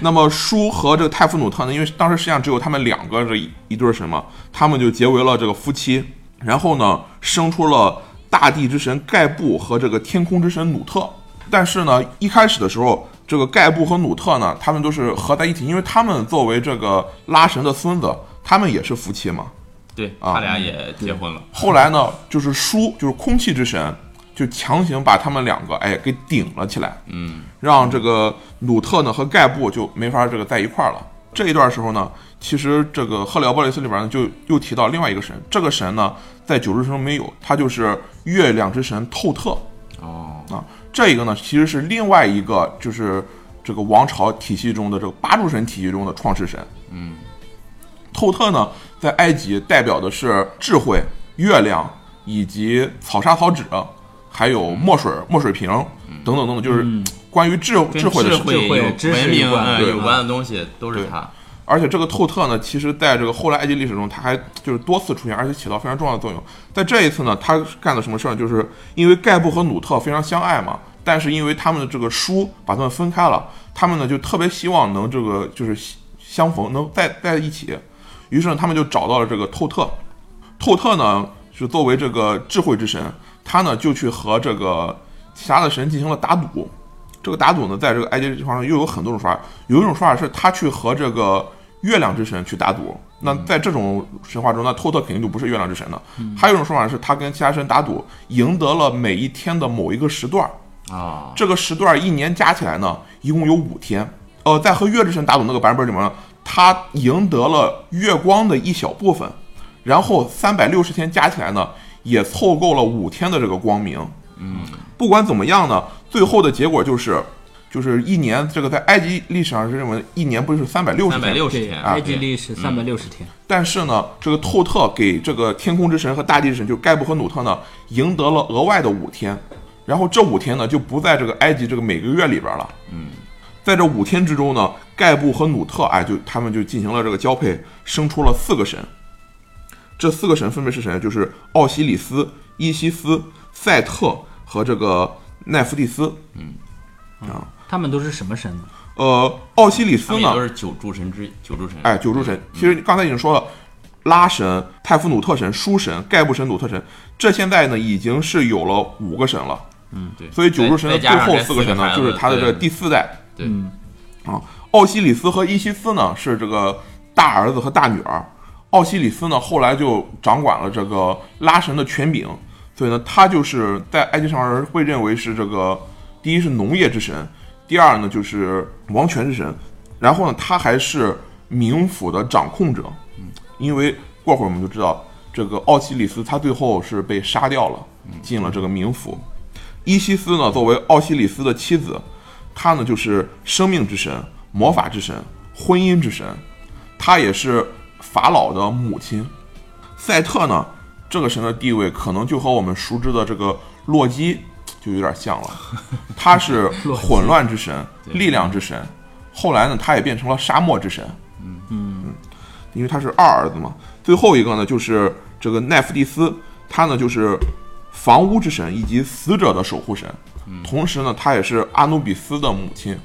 Speaker 3: 那么舒和这个泰夫努特呢，因为当时实际上只有他们两个这一一对儿神嘛，他们就结为了这个夫妻，然后呢生出了大地之神盖布和这个天空之神努特。但是呢，一开始的时候，这个盖布和努特呢，他们都是合在一起，因为他们作为这个拉神的孙子，他们也是夫妻嘛。
Speaker 1: 对，
Speaker 3: 啊
Speaker 1: 他俩也结婚了。
Speaker 3: 后来呢，就是书，就是空气之神，就强行把他们两个哎给顶了起来，
Speaker 1: 嗯，
Speaker 3: 让这个努特呢和盖布就没法这个在一块儿了。这一段时候呢，其实这个赫里奥波利斯里边呢就又提到另外一个神，这个神呢在九日中没有，他就是月亮之神透特
Speaker 1: 哦，
Speaker 3: 啊。这个呢其实是另外一个就是这个王朝体系中的这个八柱神体系中的创世神。
Speaker 1: 嗯，
Speaker 3: 透特呢，在埃及代表的是智慧、月亮以及草沙草纸，还有墨水、墨水瓶等等等等，就是关于智
Speaker 1: 跟
Speaker 3: 智慧的
Speaker 1: 智
Speaker 3: 事
Speaker 1: 慧
Speaker 2: 智慧
Speaker 1: 有
Speaker 2: 知识
Speaker 1: 文明
Speaker 2: 有关
Speaker 1: 呃
Speaker 3: 对
Speaker 1: 有关的东西都是
Speaker 3: 对
Speaker 1: 它。
Speaker 3: 而且这个透特呢，其实在这个后来埃及历史中，它还就是多次出现，而且起到非常重要的作用。在这一次呢，他干了什么事儿呢？就是因为盖布和努特非常相爱嘛，但是因为他们的这个书把他们分开了，他们呢就特别希望能这个就是相逢，能在在一起。于是呢，他们就找到了这个透特。透特呢是作为这个智慧之神，他呢就去和这个其他的神进行了打赌。这个打赌呢，在这个埃及这方面又有很多种说法，有一种说法是他去和这个月亮之神去打赌。那在这种神话中，那透特肯定就不是月亮之神了。还有一种说法是他跟其他神打赌，赢得了每一天的某一个时段儿，
Speaker 1: 啊，
Speaker 3: 这个时段一年加起来呢，一共有五天。呃，在和月之神打赌那个版本里面呢，他赢得了月光的一小部分，然后三百六十天加起来呢，也凑够了五天的这个光明。嗯，不管怎么样呢，最后的结果就是，就是一年这个在埃及历史上是认为一年不是三百六十
Speaker 4: 三百
Speaker 3: 天，
Speaker 4: 六十
Speaker 2: 对，
Speaker 4: 天，
Speaker 2: 埃及历史三百六十天，
Speaker 3: 但是呢，这个透特给这个天空之神和大地之神，就是盖布和努特呢，赢得了额外的五天。然后这五天呢，就不在这个埃及这个每个月里边了。嗯，在这五天之中呢，盖布和努特哎，就他们就进行了这个交配，生出了四个神。这四个神分别是谁呢？就是奥西里斯、伊西斯、赛特和这个奈芙蒂斯。
Speaker 2: 他们都是什么神呢？
Speaker 3: 呃，奥西里斯
Speaker 4: 他们也
Speaker 3: 呢
Speaker 4: 都，是九柱神之九柱神。
Speaker 3: 哎，九柱神，其实刚才已经说了，拉神、泰夫努特神、书神、盖布神、努特神，这现在呢已经是有了五个神了。
Speaker 4: 对，
Speaker 3: 所以九柱神的
Speaker 4: 再
Speaker 3: 最
Speaker 4: 加上
Speaker 3: 后
Speaker 4: 这
Speaker 3: 四
Speaker 4: 四
Speaker 3: 神呢，
Speaker 4: 孩
Speaker 3: 就
Speaker 4: 子
Speaker 3: 是他的这个
Speaker 4: 对
Speaker 3: 第四代
Speaker 4: 对
Speaker 2: 嗯，
Speaker 3: 啊。奥西里斯和伊西斯呢是这个大儿子和大女儿。奥西里斯呢后来就掌管了这个拉神的权柄，所以呢他就是在埃及上人会认为是这个第一是农业之神，第二呢就是王权之神，然后呢他还是冥府的掌控者。因为过会儿我们就知道，这个奥西里斯他最后是被杀掉了，进了这个冥府。伊西斯呢，作为奥西里斯的妻子，她呢就是生命之神、魔法之神、婚姻之神，她也是法老的母亲。赛特呢，这个神的地位可能就和我们熟知的这个洛基就有点像了，他是混乱之神、力量之神，后来呢，他也变成了沙漠之神。嗯因为他是二儿子嘛。最后一个呢，就是这个奈芙蒂斯，他呢就是房屋之神以及死者的守护神，同时呢，他也是阿努比斯的母亲。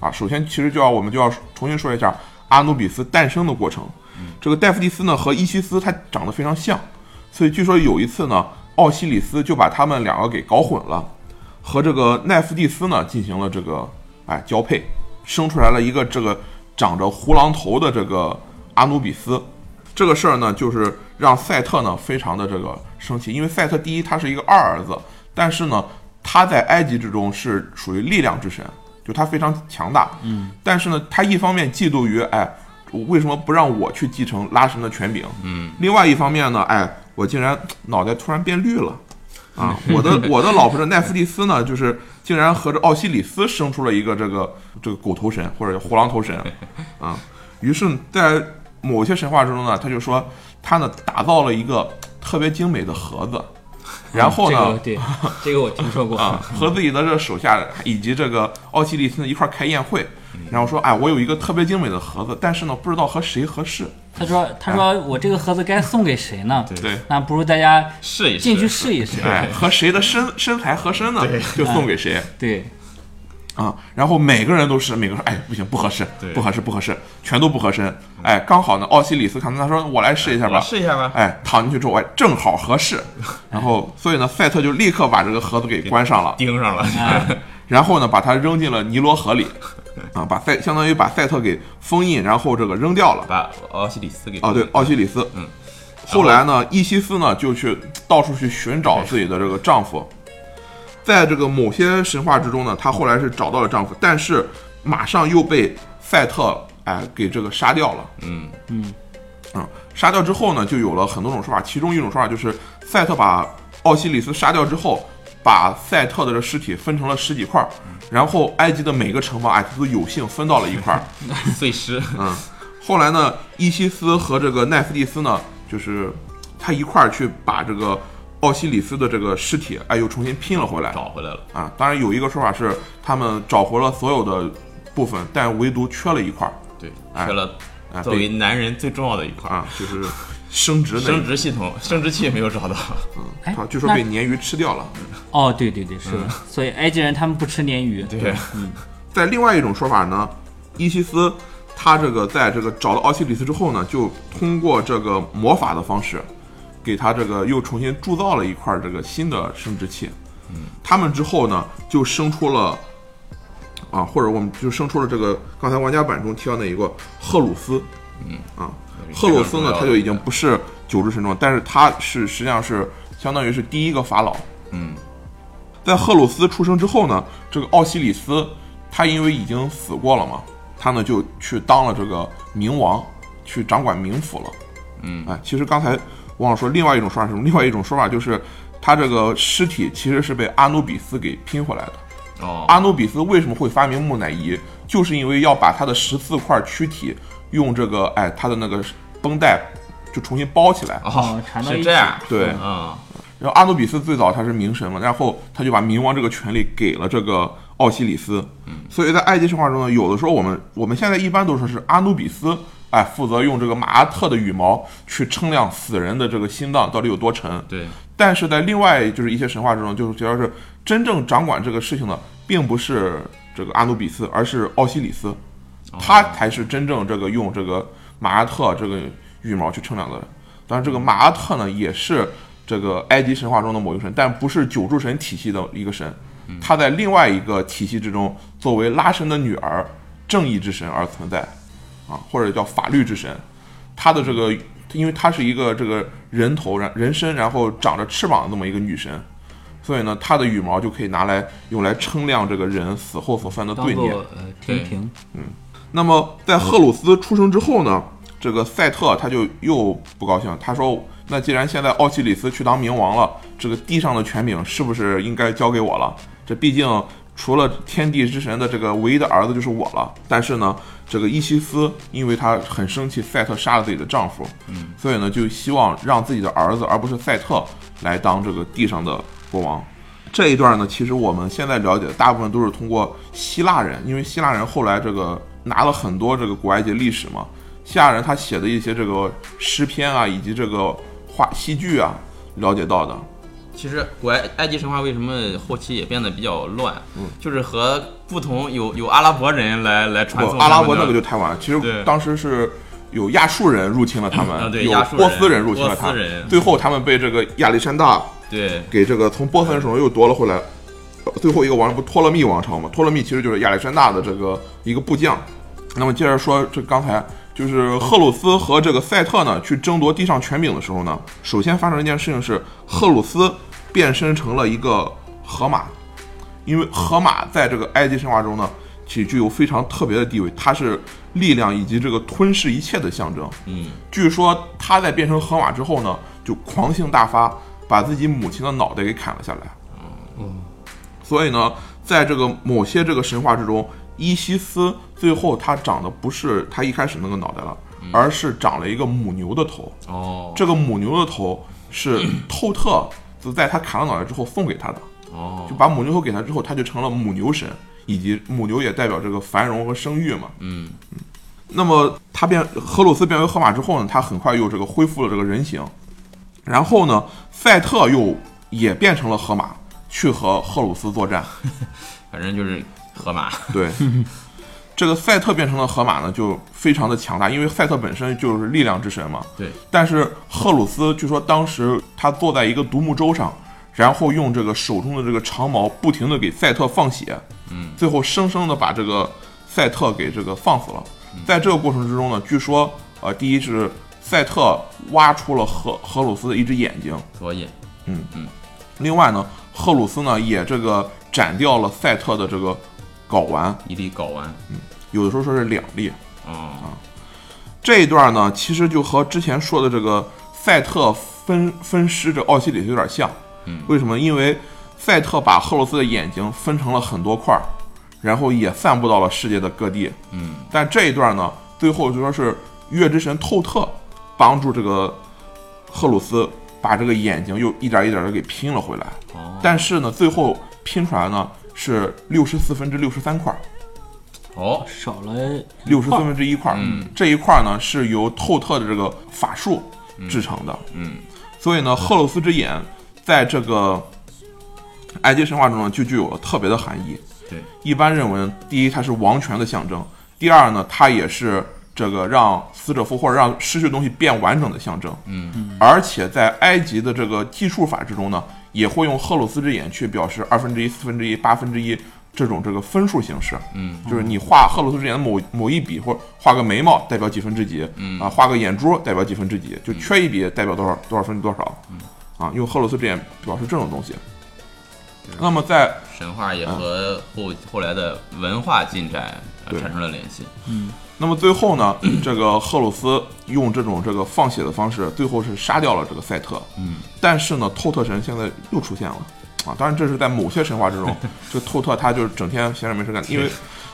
Speaker 3: 啊，首先其实就要我们就要重新说一下阿努比斯诞生的过程。这个戴夫蒂斯呢和伊西斯他长得非常像，所以据说有一次呢，奥西里斯就把他们两个给搞混了，和这个奈夫蒂斯呢进行了这个哎交配，生出来了一个这个长着胡狼头的这个阿努比斯。这个事儿呢，就是让赛特呢非常的这个生气，因为赛特第一他是一个二儿子，但是呢他在埃及之中是属于力量之神，就他非常强大。嗯，但是呢他一方面嫉妒于哎为什么不让我去继承拉神的权柄？嗯，另外一方面呢，哎我竟然脑袋突然变绿了。啊，我的我的老婆的奈芙蒂斯呢，就是竟然和这奥西里斯生出了一个这个这个狗头神或者叫胡狼头神，啊，于是，在某些神话之中呢，他就说他呢打造了一个特别精美的盒子，然后
Speaker 2: 这
Speaker 3: 呢，
Speaker 2: 个对，这个我听说过。
Speaker 3: 啊，和自己的这手下以及这个奥西里斯一块儿开宴会，然后说，哎，我有一个特别精美的盒子，但是呢，不知道和谁合适。
Speaker 2: 他说：“他说我这个盒子该送给谁呢？
Speaker 3: 对
Speaker 2: 那不如大家
Speaker 4: 试一试，
Speaker 2: 进去试一试。
Speaker 3: 哎，和谁的身身材合身呢，就送给谁
Speaker 2: 对，
Speaker 3: 啊。然后每个人都是，每个人说，哎，不行，不合适，不合适，不合适，全都不合身。哎，刚好呢，奥西里斯看到他说，我来试一下吧，
Speaker 4: 我试一下吧。
Speaker 3: 哎，躺进去之后，哎，正好合适。然后，所以呢，赛特就立刻把这个盒子给关上了，
Speaker 4: 盯上了，
Speaker 1: 哎
Speaker 2: 啊
Speaker 3: 然后呢，把它扔进了尼罗河里，啊，把赛相当于把赛特给封印，然后这个扔掉了。
Speaker 4: 把奥西里斯给
Speaker 3: 啊，对，奥西里斯，
Speaker 4: 嗯。
Speaker 3: 后来呢，伊西斯呢就去到处去寻找自己的这个丈夫，在这个某些神话之中呢，她后来是找到了丈夫，但是马上又被赛特哎给这个杀掉了。
Speaker 4: 嗯
Speaker 3: 啊，杀掉之后呢，就有了很多种说法，其中一种说法就是赛特把奥西里斯杀掉之后，把赛特的这尸体分成了十几块儿，然后埃及的每个城邦哎，他都有幸分到了一块儿。
Speaker 4: 碎 尸，
Speaker 3: 嗯，后来呢，伊西斯和这个奈芙蒂斯呢，就是他一块儿去把这个奥西里斯的这个尸体哎又重新拼了回来。
Speaker 4: 找回来了。
Speaker 3: 啊，当然有一个说法是他们找回了所有的部分，但唯独缺了一块儿
Speaker 4: 对，
Speaker 3: 哎
Speaker 4: 缺了
Speaker 3: 啊，
Speaker 4: 作为男人最重要的一块儿，
Speaker 3: 啊，就是生殖那一块儿
Speaker 4: 生殖系统、生殖器没有找到。
Speaker 2: 哎
Speaker 3: 啊，，据说
Speaker 2: 那
Speaker 3: 被鲶鱼吃掉了。
Speaker 2: 哦，对对对，是的。所以埃及人他们不吃鲶鱼。对，
Speaker 4: 对，
Speaker 3: 在另外一种说法呢，伊西斯他这个在这个找到奥西里斯之后呢，就通过这个魔法的方式，给他这个又重新铸造了一块这个新的生殖器。嗯，他们之后呢，就生出了啊，或者我们就生出了这个刚才玩家版中提到那一个赫鲁斯。嗯啊，赫 鲁斯呢，他就已经不是九只神中，但是他是实际上是相当于是第一个法老。
Speaker 4: 嗯，
Speaker 3: 在赫鲁斯出生之后呢，这个奥西里斯他因为已经死过了嘛，他呢就去当了这个冥王，去掌管冥府了。
Speaker 4: 嗯，
Speaker 3: 哎，其实刚才忘了说另外一种说法是什么，另外一种说法就是他这个尸体其实是被阿努比斯给拼回来的。
Speaker 4: 哦，
Speaker 3: 阿努比斯为什么会发明木乃伊，就是因为要把他的十四块躯体用这个哎他的那个绷带就重新包起来。
Speaker 2: 哦缠到一
Speaker 4: 是
Speaker 2: 起
Speaker 4: 这样，
Speaker 3: 对
Speaker 4: 嗯，
Speaker 3: 然后阿努比斯最早他是冥神嘛，然后他就把冥王这个权利给了这个奥西里斯。所以在埃及神话中呢，有的时候我们我们现在一般都说是阿努比斯，哎，负责用这个马阿特的羽毛去称量死人的这个心脏到底有多沉。
Speaker 4: 对，
Speaker 3: 但是在另外就是一些神话之中，就是主要是真正掌管这个事情的，并不是这个阿努比斯，而是奥西里斯，
Speaker 2: 哦
Speaker 3: 他才是真正这个用这个马阿特这个羽毛去称量的人。当然，这个马阿特呢，也是这个埃及神话中的某一个神，但不是九柱神体系的一个神，
Speaker 2: 嗯
Speaker 3: 他在另外一个体系之中，作为拉神的女儿、正义之神而存在，啊，或者叫法律之神。她的这个，因为她是一个这个人头然人身，然后长着翅膀的这么一个女神，所以呢，她的羽毛就可以拿来用来称量这个人死后所犯的
Speaker 2: 当
Speaker 3: 罪
Speaker 2: 做
Speaker 3: 孽。
Speaker 2: 呃天平。
Speaker 3: 那么在赫鲁斯出生之后呢，这个赛特他就又不高兴了，他说：“那既然现在奥西里斯去当冥王了，这个地上的权柄是不是应该交给我了？这毕竟除了天地之神的这个唯一的儿子就是我了。”但是呢，这个伊西斯因为她很生气，赛特杀了自己的丈夫，嗯，所以呢就希望让自己的儿子而不是赛特来当这个地上的国王。这一段呢，其实我们现在了解的大部分都是通过希腊人，因为希腊人后来这个拿了很多这个古埃及历史嘛，希腊人他写的一些这个诗篇啊，以及这个话戏剧啊，了解到的。
Speaker 1: 其实古埃埃及神话为什么后期也变得比较乱？
Speaker 3: 嗯
Speaker 1: 就是和不同有有阿拉伯人来来传
Speaker 3: 不，
Speaker 1: 送
Speaker 3: 阿拉
Speaker 1: 他们
Speaker 3: 伯那
Speaker 1: 的
Speaker 3: 个就太晚了，其实
Speaker 4: 对
Speaker 3: 当时是有亚述人入侵了他们，
Speaker 1: 啊对
Speaker 3: 有
Speaker 1: 亚述人
Speaker 3: 波斯人入侵了他
Speaker 1: 波斯人
Speaker 3: 们，最后他们被这个亚历山大
Speaker 1: 对
Speaker 3: 给这个从波斯人手中又夺了回来。呃最后一个王朝不托勒密王朝嘛？托勒密其实就是亚历山大的这个一个部将。那么接着说，这刚才就是赫鲁斯和这个赛特呢去争夺地上权柄的时候呢，首先发生一件事情是赫鲁斯变身成了一个河马，因为河马在这个埃及神话中呢，其具有非常特别的地位，它是力量以及这个吞噬一切的象征。
Speaker 1: 嗯，
Speaker 3: 据说他在变成河马之后呢，就狂性大发，把自己母亲的脑袋给砍了下来。嗯，所以呢，在这个某些这个神话之中，伊西斯最后他长的不是他一开始那个脑袋了，而是长了一个母牛的头。
Speaker 1: 嗯哦
Speaker 3: 这个母牛的头是透特就在他砍了脑袋之后送给他的，
Speaker 1: 哦
Speaker 3: 就把母牛头给他之后，他就成了母牛神，以及母牛也代表这个繁荣和生育嘛。
Speaker 1: 嗯
Speaker 3: 那么他变荷鲁斯变为河马之后呢，他很快又这个恢复了这个人形，然后呢，赛特又也变成了河马，去和赫鲁斯作战。
Speaker 1: 反正就是河马
Speaker 3: 对，这个赛特变成了河马呢，就非常的强大，因为赛特本身就是力量之神嘛。
Speaker 1: 对，
Speaker 3: 但是赫鲁斯据说当时他坐在一个独木舟上，然后用这个手中的这个长矛不停的给赛特放血，嗯，最后生生的把这个赛特给这个放死了。在这个过程之中呢，据说呃，第一是赛特挖出了荷荷鲁斯的一只眼睛，
Speaker 1: 左眼
Speaker 3: 另外呢，赫鲁斯呢也这个斩掉了赛特的这个睾丸，
Speaker 1: 一粒睾丸
Speaker 3: 有的时候说是两粒，
Speaker 1: 哦
Speaker 3: 这一段呢，其实就和之前说的这个赛特分分尸这奥西里斯有点像。
Speaker 1: 嗯
Speaker 3: 为什么？因为赛特把赫鲁斯的眼睛分成了很多块儿，然后也散布到了世界的各地。
Speaker 1: 嗯，
Speaker 3: 但这一段呢，最后就说是月之神透特帮助这个赫鲁斯把这个眼睛又一点一点的给拼了回来。
Speaker 1: 哦
Speaker 3: 但是呢，最后拼出来呢是六十四分之六十三块儿。
Speaker 1: 哦
Speaker 2: 少了
Speaker 3: 六十四分之一块儿，
Speaker 1: 嗯
Speaker 3: 这一块儿呢是由透特的这个法术制成的，
Speaker 1: 嗯
Speaker 3: 所以呢，赫鲁斯之眼在这个埃及神话中呢就具有了特别的含义。
Speaker 1: 对，
Speaker 3: 一般认为，第一，它是王权的象征；第二呢，它也是这个让死者复活、让失去的东西变完整的象征。
Speaker 1: 嗯
Speaker 3: 而且在埃及的这个计数法之中呢，也会用赫鲁斯之眼去表示二分之一、四分之一、八分之一这种这个分数形式。
Speaker 1: 嗯，
Speaker 3: 就是你画赫鲁斯之眼的某某一笔，或者画个眉毛代表几分之几，
Speaker 1: 嗯
Speaker 3: 啊，画个眼珠代表几分之几，就缺一笔代表多少多少分之多少，啊，用赫鲁斯之眼表示这种东西。那么在
Speaker 1: 神话也和后后来的文化进展呃
Speaker 3: 对
Speaker 1: 产生了联系
Speaker 3: 那么最后呢， 这个赫鲁斯用这种这个放血的方式，最后是杀掉了这个赛特。嗯，但是呢，透特神现在又出现了啊！当然，这是在某些神话之中，这个透特他就是整天闲着没事干，因为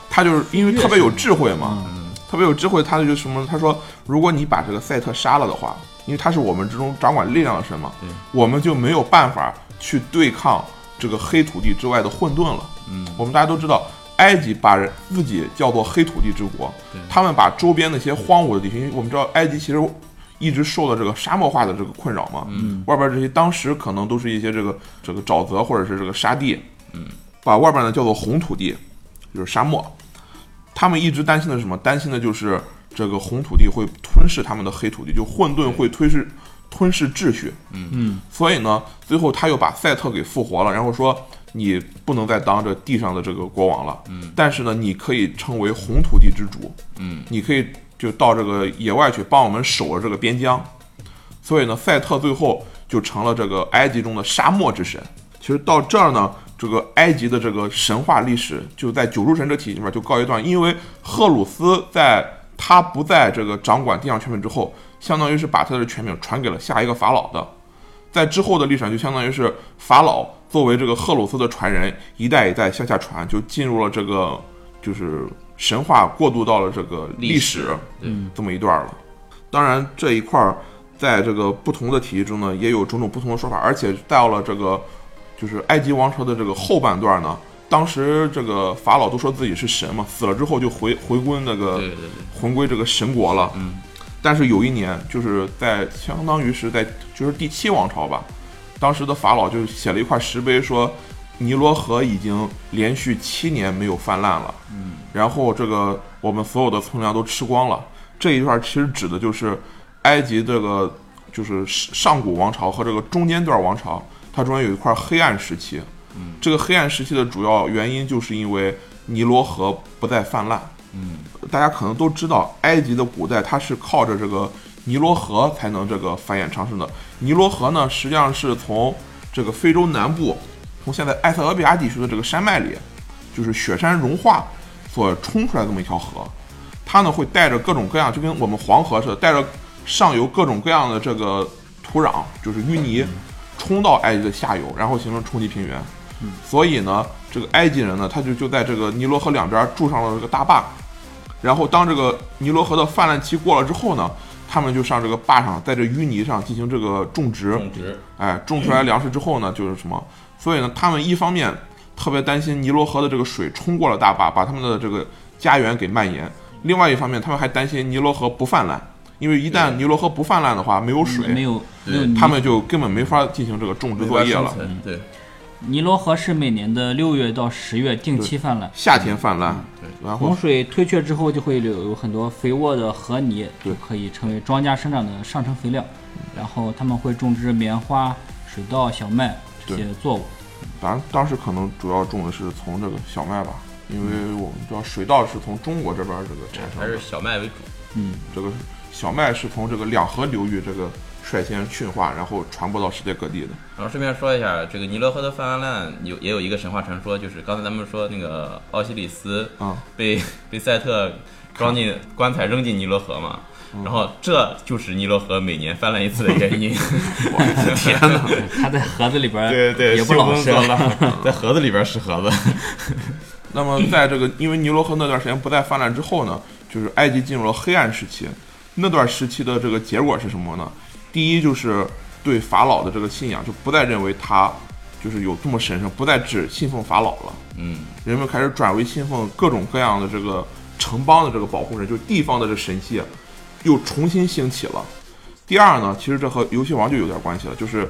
Speaker 3: 他就是因为特别有智慧嘛，特别有智慧，他就什么？他说，如果你把这个赛特杀了的话，因为他是我们之中掌管力量的神嘛，我们就没有办法去对抗这个黑土地之外的混沌了。嗯，我们大家都知道，埃及把人自己叫做黑土地之国，他们把周边那些荒芜的地区，因为我们知道埃及其实一直受到这个沙漠化的这个困扰嘛，嗯，外边这些当时可能都是一些这个这个沼泽或者是这个沙地，嗯，把外边呢叫做红土地，就是沙漠。他们一直担心的是什么？担心的就是这个红土地会吞噬他们的黑土地，就混沌会吞噬吞噬秩序。所以呢，最后他又把赛特给复活了，然后说你不能再当这地上的这个国王了，嗯，但是呢，你可以成为红土地之主，嗯，你可以就到这个野外去帮我们守着这个边疆。所以呢，赛特最后就成了这个埃及中的沙漠之神。其实到这儿呢，这个埃及的这个神话历史就在九柱神这体系里面就告一段，因为赫鲁斯在他不在这个掌管地上权柄之后，相当于是把他的权柄传给了下一个法老的。在之后的历史上，就相当于是法老作为这个赫鲁斯的传人，一代一代向下传，就进入了这个就是神话过渡到了这个历史这么一段了。当然这一块儿在这个不同的体系中呢，也有种种不同的说法，而且到了这个就是埃及王朝的这个后半段呢。当时这个法老都说自己是神嘛，死了之后就回回归那个
Speaker 4: 对对对，
Speaker 3: 魂归这个神国了。
Speaker 4: 嗯，
Speaker 3: 但是有一年，就是在相当于是在就是第七王朝吧，当时的法老就写了一块石碑说，尼罗河已经连续七年没有泛滥了。嗯，然后这个我们所有的存粮都吃光了。这一段其实指的就是埃及这个就是上古王朝和这个中间段王朝，它中间有一块黑暗时期。嗯，这个黑暗时期的主要原因就是因为尼罗河不再泛滥。大家可能都知道，埃及的古代它是靠着这个尼罗河才能这个繁衍昌盛的。尼罗河呢，实际上是从这个非洲南部，从现在埃塞俄比亚地区的这个山脉里，就是雪山融化所冲出来这么一条河。它呢会带着各种各样，就跟我们黄河似的，带着上游各种各样的这个土壤，就是淤泥，冲到埃及的下游，然后形成冲积平原。所以呢，这个埃及人呢，他就就在这个尼罗河两边筑上了这个大坝，然后当这个尼罗河的泛滥期过了之后呢，他们就上这个坝上，在这淤泥上进行这个种植，
Speaker 1: 种植，
Speaker 3: 哎，种出来粮食之后呢，就是什么？所以呢，他们一方面特别担心尼罗河的这个水冲过了大坝，把他们的这个家园给蔓延；另外一方面，他们还担心尼罗河不泛滥，因为一旦尼罗河不泛滥的话，没有水，
Speaker 2: 没有没有
Speaker 4: 对
Speaker 2: 泥
Speaker 3: 他们就根本没法进行这个种植作业了。
Speaker 1: 嗯
Speaker 4: 对
Speaker 2: 尼罗河是每年的六月到十月定期泛滥，
Speaker 3: 夏天泛滥，
Speaker 4: 对
Speaker 3: 然后
Speaker 2: 洪水退却之后就会有有很多肥沃的河泥，
Speaker 3: 对
Speaker 2: 就可以成为庄稼生长的上乘肥料。然后他们会种植棉花、水稻、小麦这些作物。
Speaker 3: 咱当时可能主要种的是从这个小麦吧，因为我们知道水稻是从中国这边这个产生
Speaker 1: 还
Speaker 3: 的
Speaker 1: 是，小麦为主。
Speaker 2: 嗯，
Speaker 3: 这个小麦是从这个两河流域这个率先驯化，然后传播到世界各地的。
Speaker 1: 然后顺便说一下，这个尼罗河的泛滥有也有一个神话传说，就是刚才咱们说那个奥西里斯
Speaker 3: 嗯
Speaker 1: 被、被赛特装进棺材扔进尼罗河嘛，然后这就是尼罗河每年泛滥一次的原 因。天哪！
Speaker 2: 他在河子里边
Speaker 1: 对对，
Speaker 2: 也不老实
Speaker 1: 兴风，作浪在盒子里边是盒子。
Speaker 3: 那么在这个因为尼罗河那段时间不再泛滥之后呢，就是埃及进入了黑暗时期。那段时期的这个结果是什么呢？第一就是对法老的这个信仰就不再认为他就是有这么神圣，不再只信奉法老了。
Speaker 1: 嗯，
Speaker 3: 人们开始转为信奉各种各样的这个城邦的这个保护神，就是地方的这神系，又重新兴起了。第二呢，其实这和游戏王就有点关系了，就是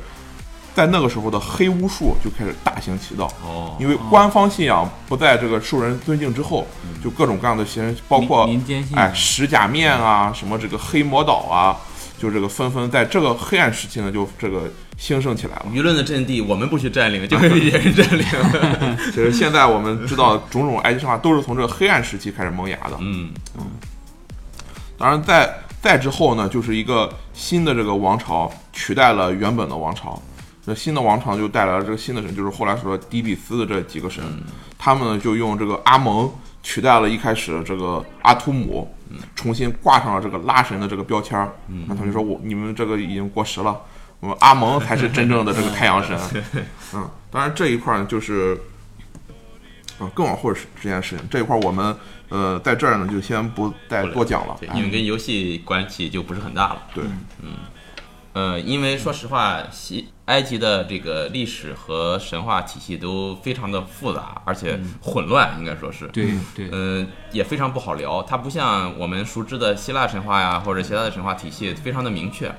Speaker 3: 在那个时候的黑巫术就开始大行其道，
Speaker 1: 哦，
Speaker 3: 因为官方信仰不在这个受人尊敬之后，就各种各样的神，包括
Speaker 2: 嗯民民间信仰
Speaker 3: 哎石假面啊，什么这个黑魔岛啊，就这个纷纷在这个黑暗时期呢，就这个兴盛 起来了。
Speaker 1: 舆论的阵地我们不去占领，就是别人占领。
Speaker 3: 其实现在我们知道，种种埃及神话都是从这个黑暗时期开始萌芽的。
Speaker 1: 嗯，
Speaker 3: 当然再，再之后呢，就是一个新的这个王朝取代了原本的王朝。那新的王朝
Speaker 2: 嗯
Speaker 3: 就带来了这个新的神，就是后来所说的底比斯的这几个神，他们呢就用这个阿蒙取代了一开始这个阿图姆，嗯重新挂上了这个拉神的这个标签儿。
Speaker 1: 嗯
Speaker 3: 那他们就说我你们这个已经过时了，我们阿蒙才是真正的这个太阳 神。嗯，当然这一块儿呢就是，嗯，更往后是这件事情这一块儿我们呃在这儿呢就先不再多讲了
Speaker 1: 对，，嗯
Speaker 3: 哎
Speaker 1: 因为跟游戏关系就不是很大了。
Speaker 3: 对，
Speaker 1: 呃，因为说实话，西埃及的这个历史和神话体系都非常的复杂，而且混乱，应该说是。
Speaker 2: 对对，
Speaker 1: 呃，也非常不好聊。它不像我们熟知的希腊神话呀，或者其他的神话体系非常的明确，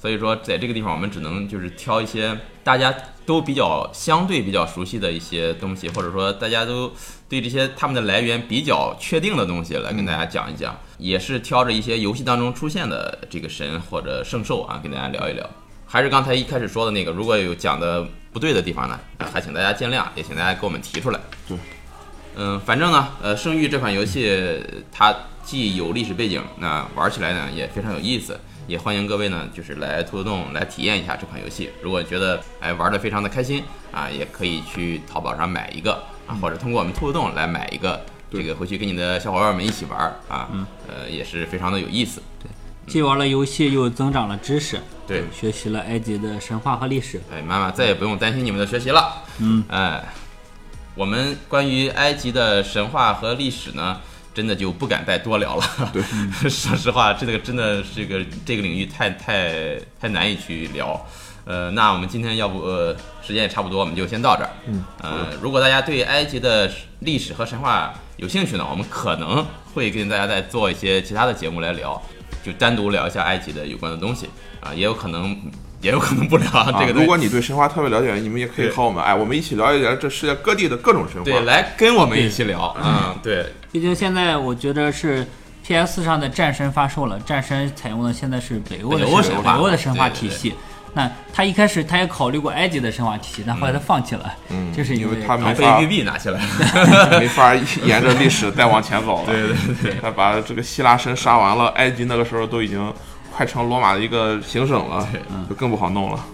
Speaker 1: 所以说在这个地方我们只能就是挑一些大家都比较相对比较熟悉的一些东西，或者说大家都对这些他们的来源比较确定的东西来跟大家讲一讲，也是挑着一些游戏当中出现的这个神或者圣兽啊，跟大家聊一聊。还是刚才一开始说的那个，如果有讲的不对的地方呢，呃还请大家见谅，也请大家给我们提出来。嗯，反正呢，呃，《圣域》这款游戏呃它既有历史背景，那玩起来呢也非常有意思，也欢迎各位呢就是来兔子洞来体验一下这款游戏。如果觉得哎玩的非常的开心啊，也可以去淘宝上买一个啊，或者通过我们兔子洞来买一个，这个回去跟你的小伙伴们一起玩儿啊，呃，也是非常的有意思。
Speaker 2: 既玩了游戏又增长了知识，
Speaker 1: 对，
Speaker 2: 学习了埃及的神话和历史。
Speaker 1: 哎，妈妈再也不用担心你们的学习了。
Speaker 2: 嗯，
Speaker 1: 哎，我们关于埃及的神话和历史呢，真的就不敢再多聊了。对， 说实话，这个真的这个这个领域太太太难以去聊。呃，那我们今天要不、呃、时间也差不多，我们就先到这儿。嗯，呃，如果大家对埃及的历史和神话有兴趣呢，我们可能会跟大家再做一些其他的节目来聊，就单独聊一下埃及的有关的东西啊、也有可能，也有可能不聊、这
Speaker 3: 啊
Speaker 1: 个东西。
Speaker 3: 如果你对神话特别了解，你们也可以和我们哎，我们一起聊一聊这世界各地的各种神
Speaker 1: 对，
Speaker 3: 话。
Speaker 1: 来跟我们一起聊。嗯，对，
Speaker 2: 毕竟现在我觉得是 PS 上的战神发售了，战神采用的现在是北欧的
Speaker 1: 北欧
Speaker 2: 神
Speaker 1: 神话
Speaker 2: 北欧的神话
Speaker 1: 对对
Speaker 2: 体
Speaker 1: 对
Speaker 2: 系。那他一开始他也考虑过埃及的神话体系，但后来他放弃了，嗯就是
Speaker 3: 因
Speaker 2: 为
Speaker 3: 为他
Speaker 1: 然后
Speaker 3: 没
Speaker 1: 被
Speaker 3: 法
Speaker 1: 玉璧拿起来。
Speaker 3: 没法沿着历史再往前走了。
Speaker 1: 对对对，
Speaker 3: 他把这个希腊神杀完了，埃及那个时候都已经快成罗马的一个行省了，
Speaker 1: 嗯
Speaker 3: 就更不好弄了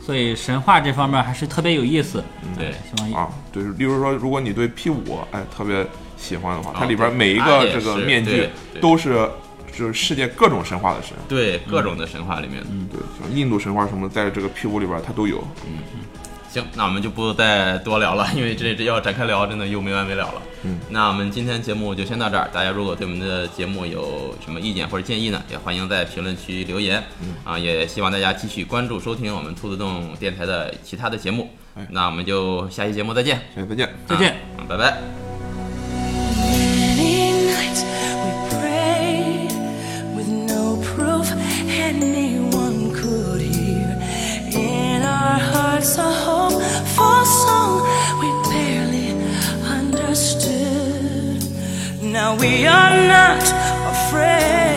Speaker 2: 所以神话这方面还是特别有意思。
Speaker 1: 对
Speaker 2: 希望
Speaker 3: 啊。对，例如说，如果你对 P 五哎特别喜欢的话，它
Speaker 1: 啊
Speaker 3: 里边
Speaker 1: 对
Speaker 3: 每一
Speaker 1: 它
Speaker 3: 个
Speaker 1: 也
Speaker 3: 这个
Speaker 1: 是
Speaker 3: 面具
Speaker 1: 对对
Speaker 3: 都是就是世界各种神话的神，
Speaker 1: 对，各种的神话里面。
Speaker 3: 对，像印度神话什么，在这个 P 五里边它都有。
Speaker 1: 行，那我们就不再多聊了，因为这这要展开聊，真的又没完没了了。
Speaker 3: 嗯，
Speaker 1: 那我们今天节目就先到这儿。大家如果对我们的节目有什么意见或者建议呢，也欢迎在评论区留言。嗯，啊，也希望大家继续关注收听我们兔子洞电台的其他的节目。那我们就下期节目再见，
Speaker 3: 嗯下期再见。
Speaker 2: 再见。
Speaker 1: 啊拜拜。
Speaker 5: Many nights we prayed with no proof anyone could hear. In our hearts, a hopeful song we barely understood. Now we are not afraid. Oh,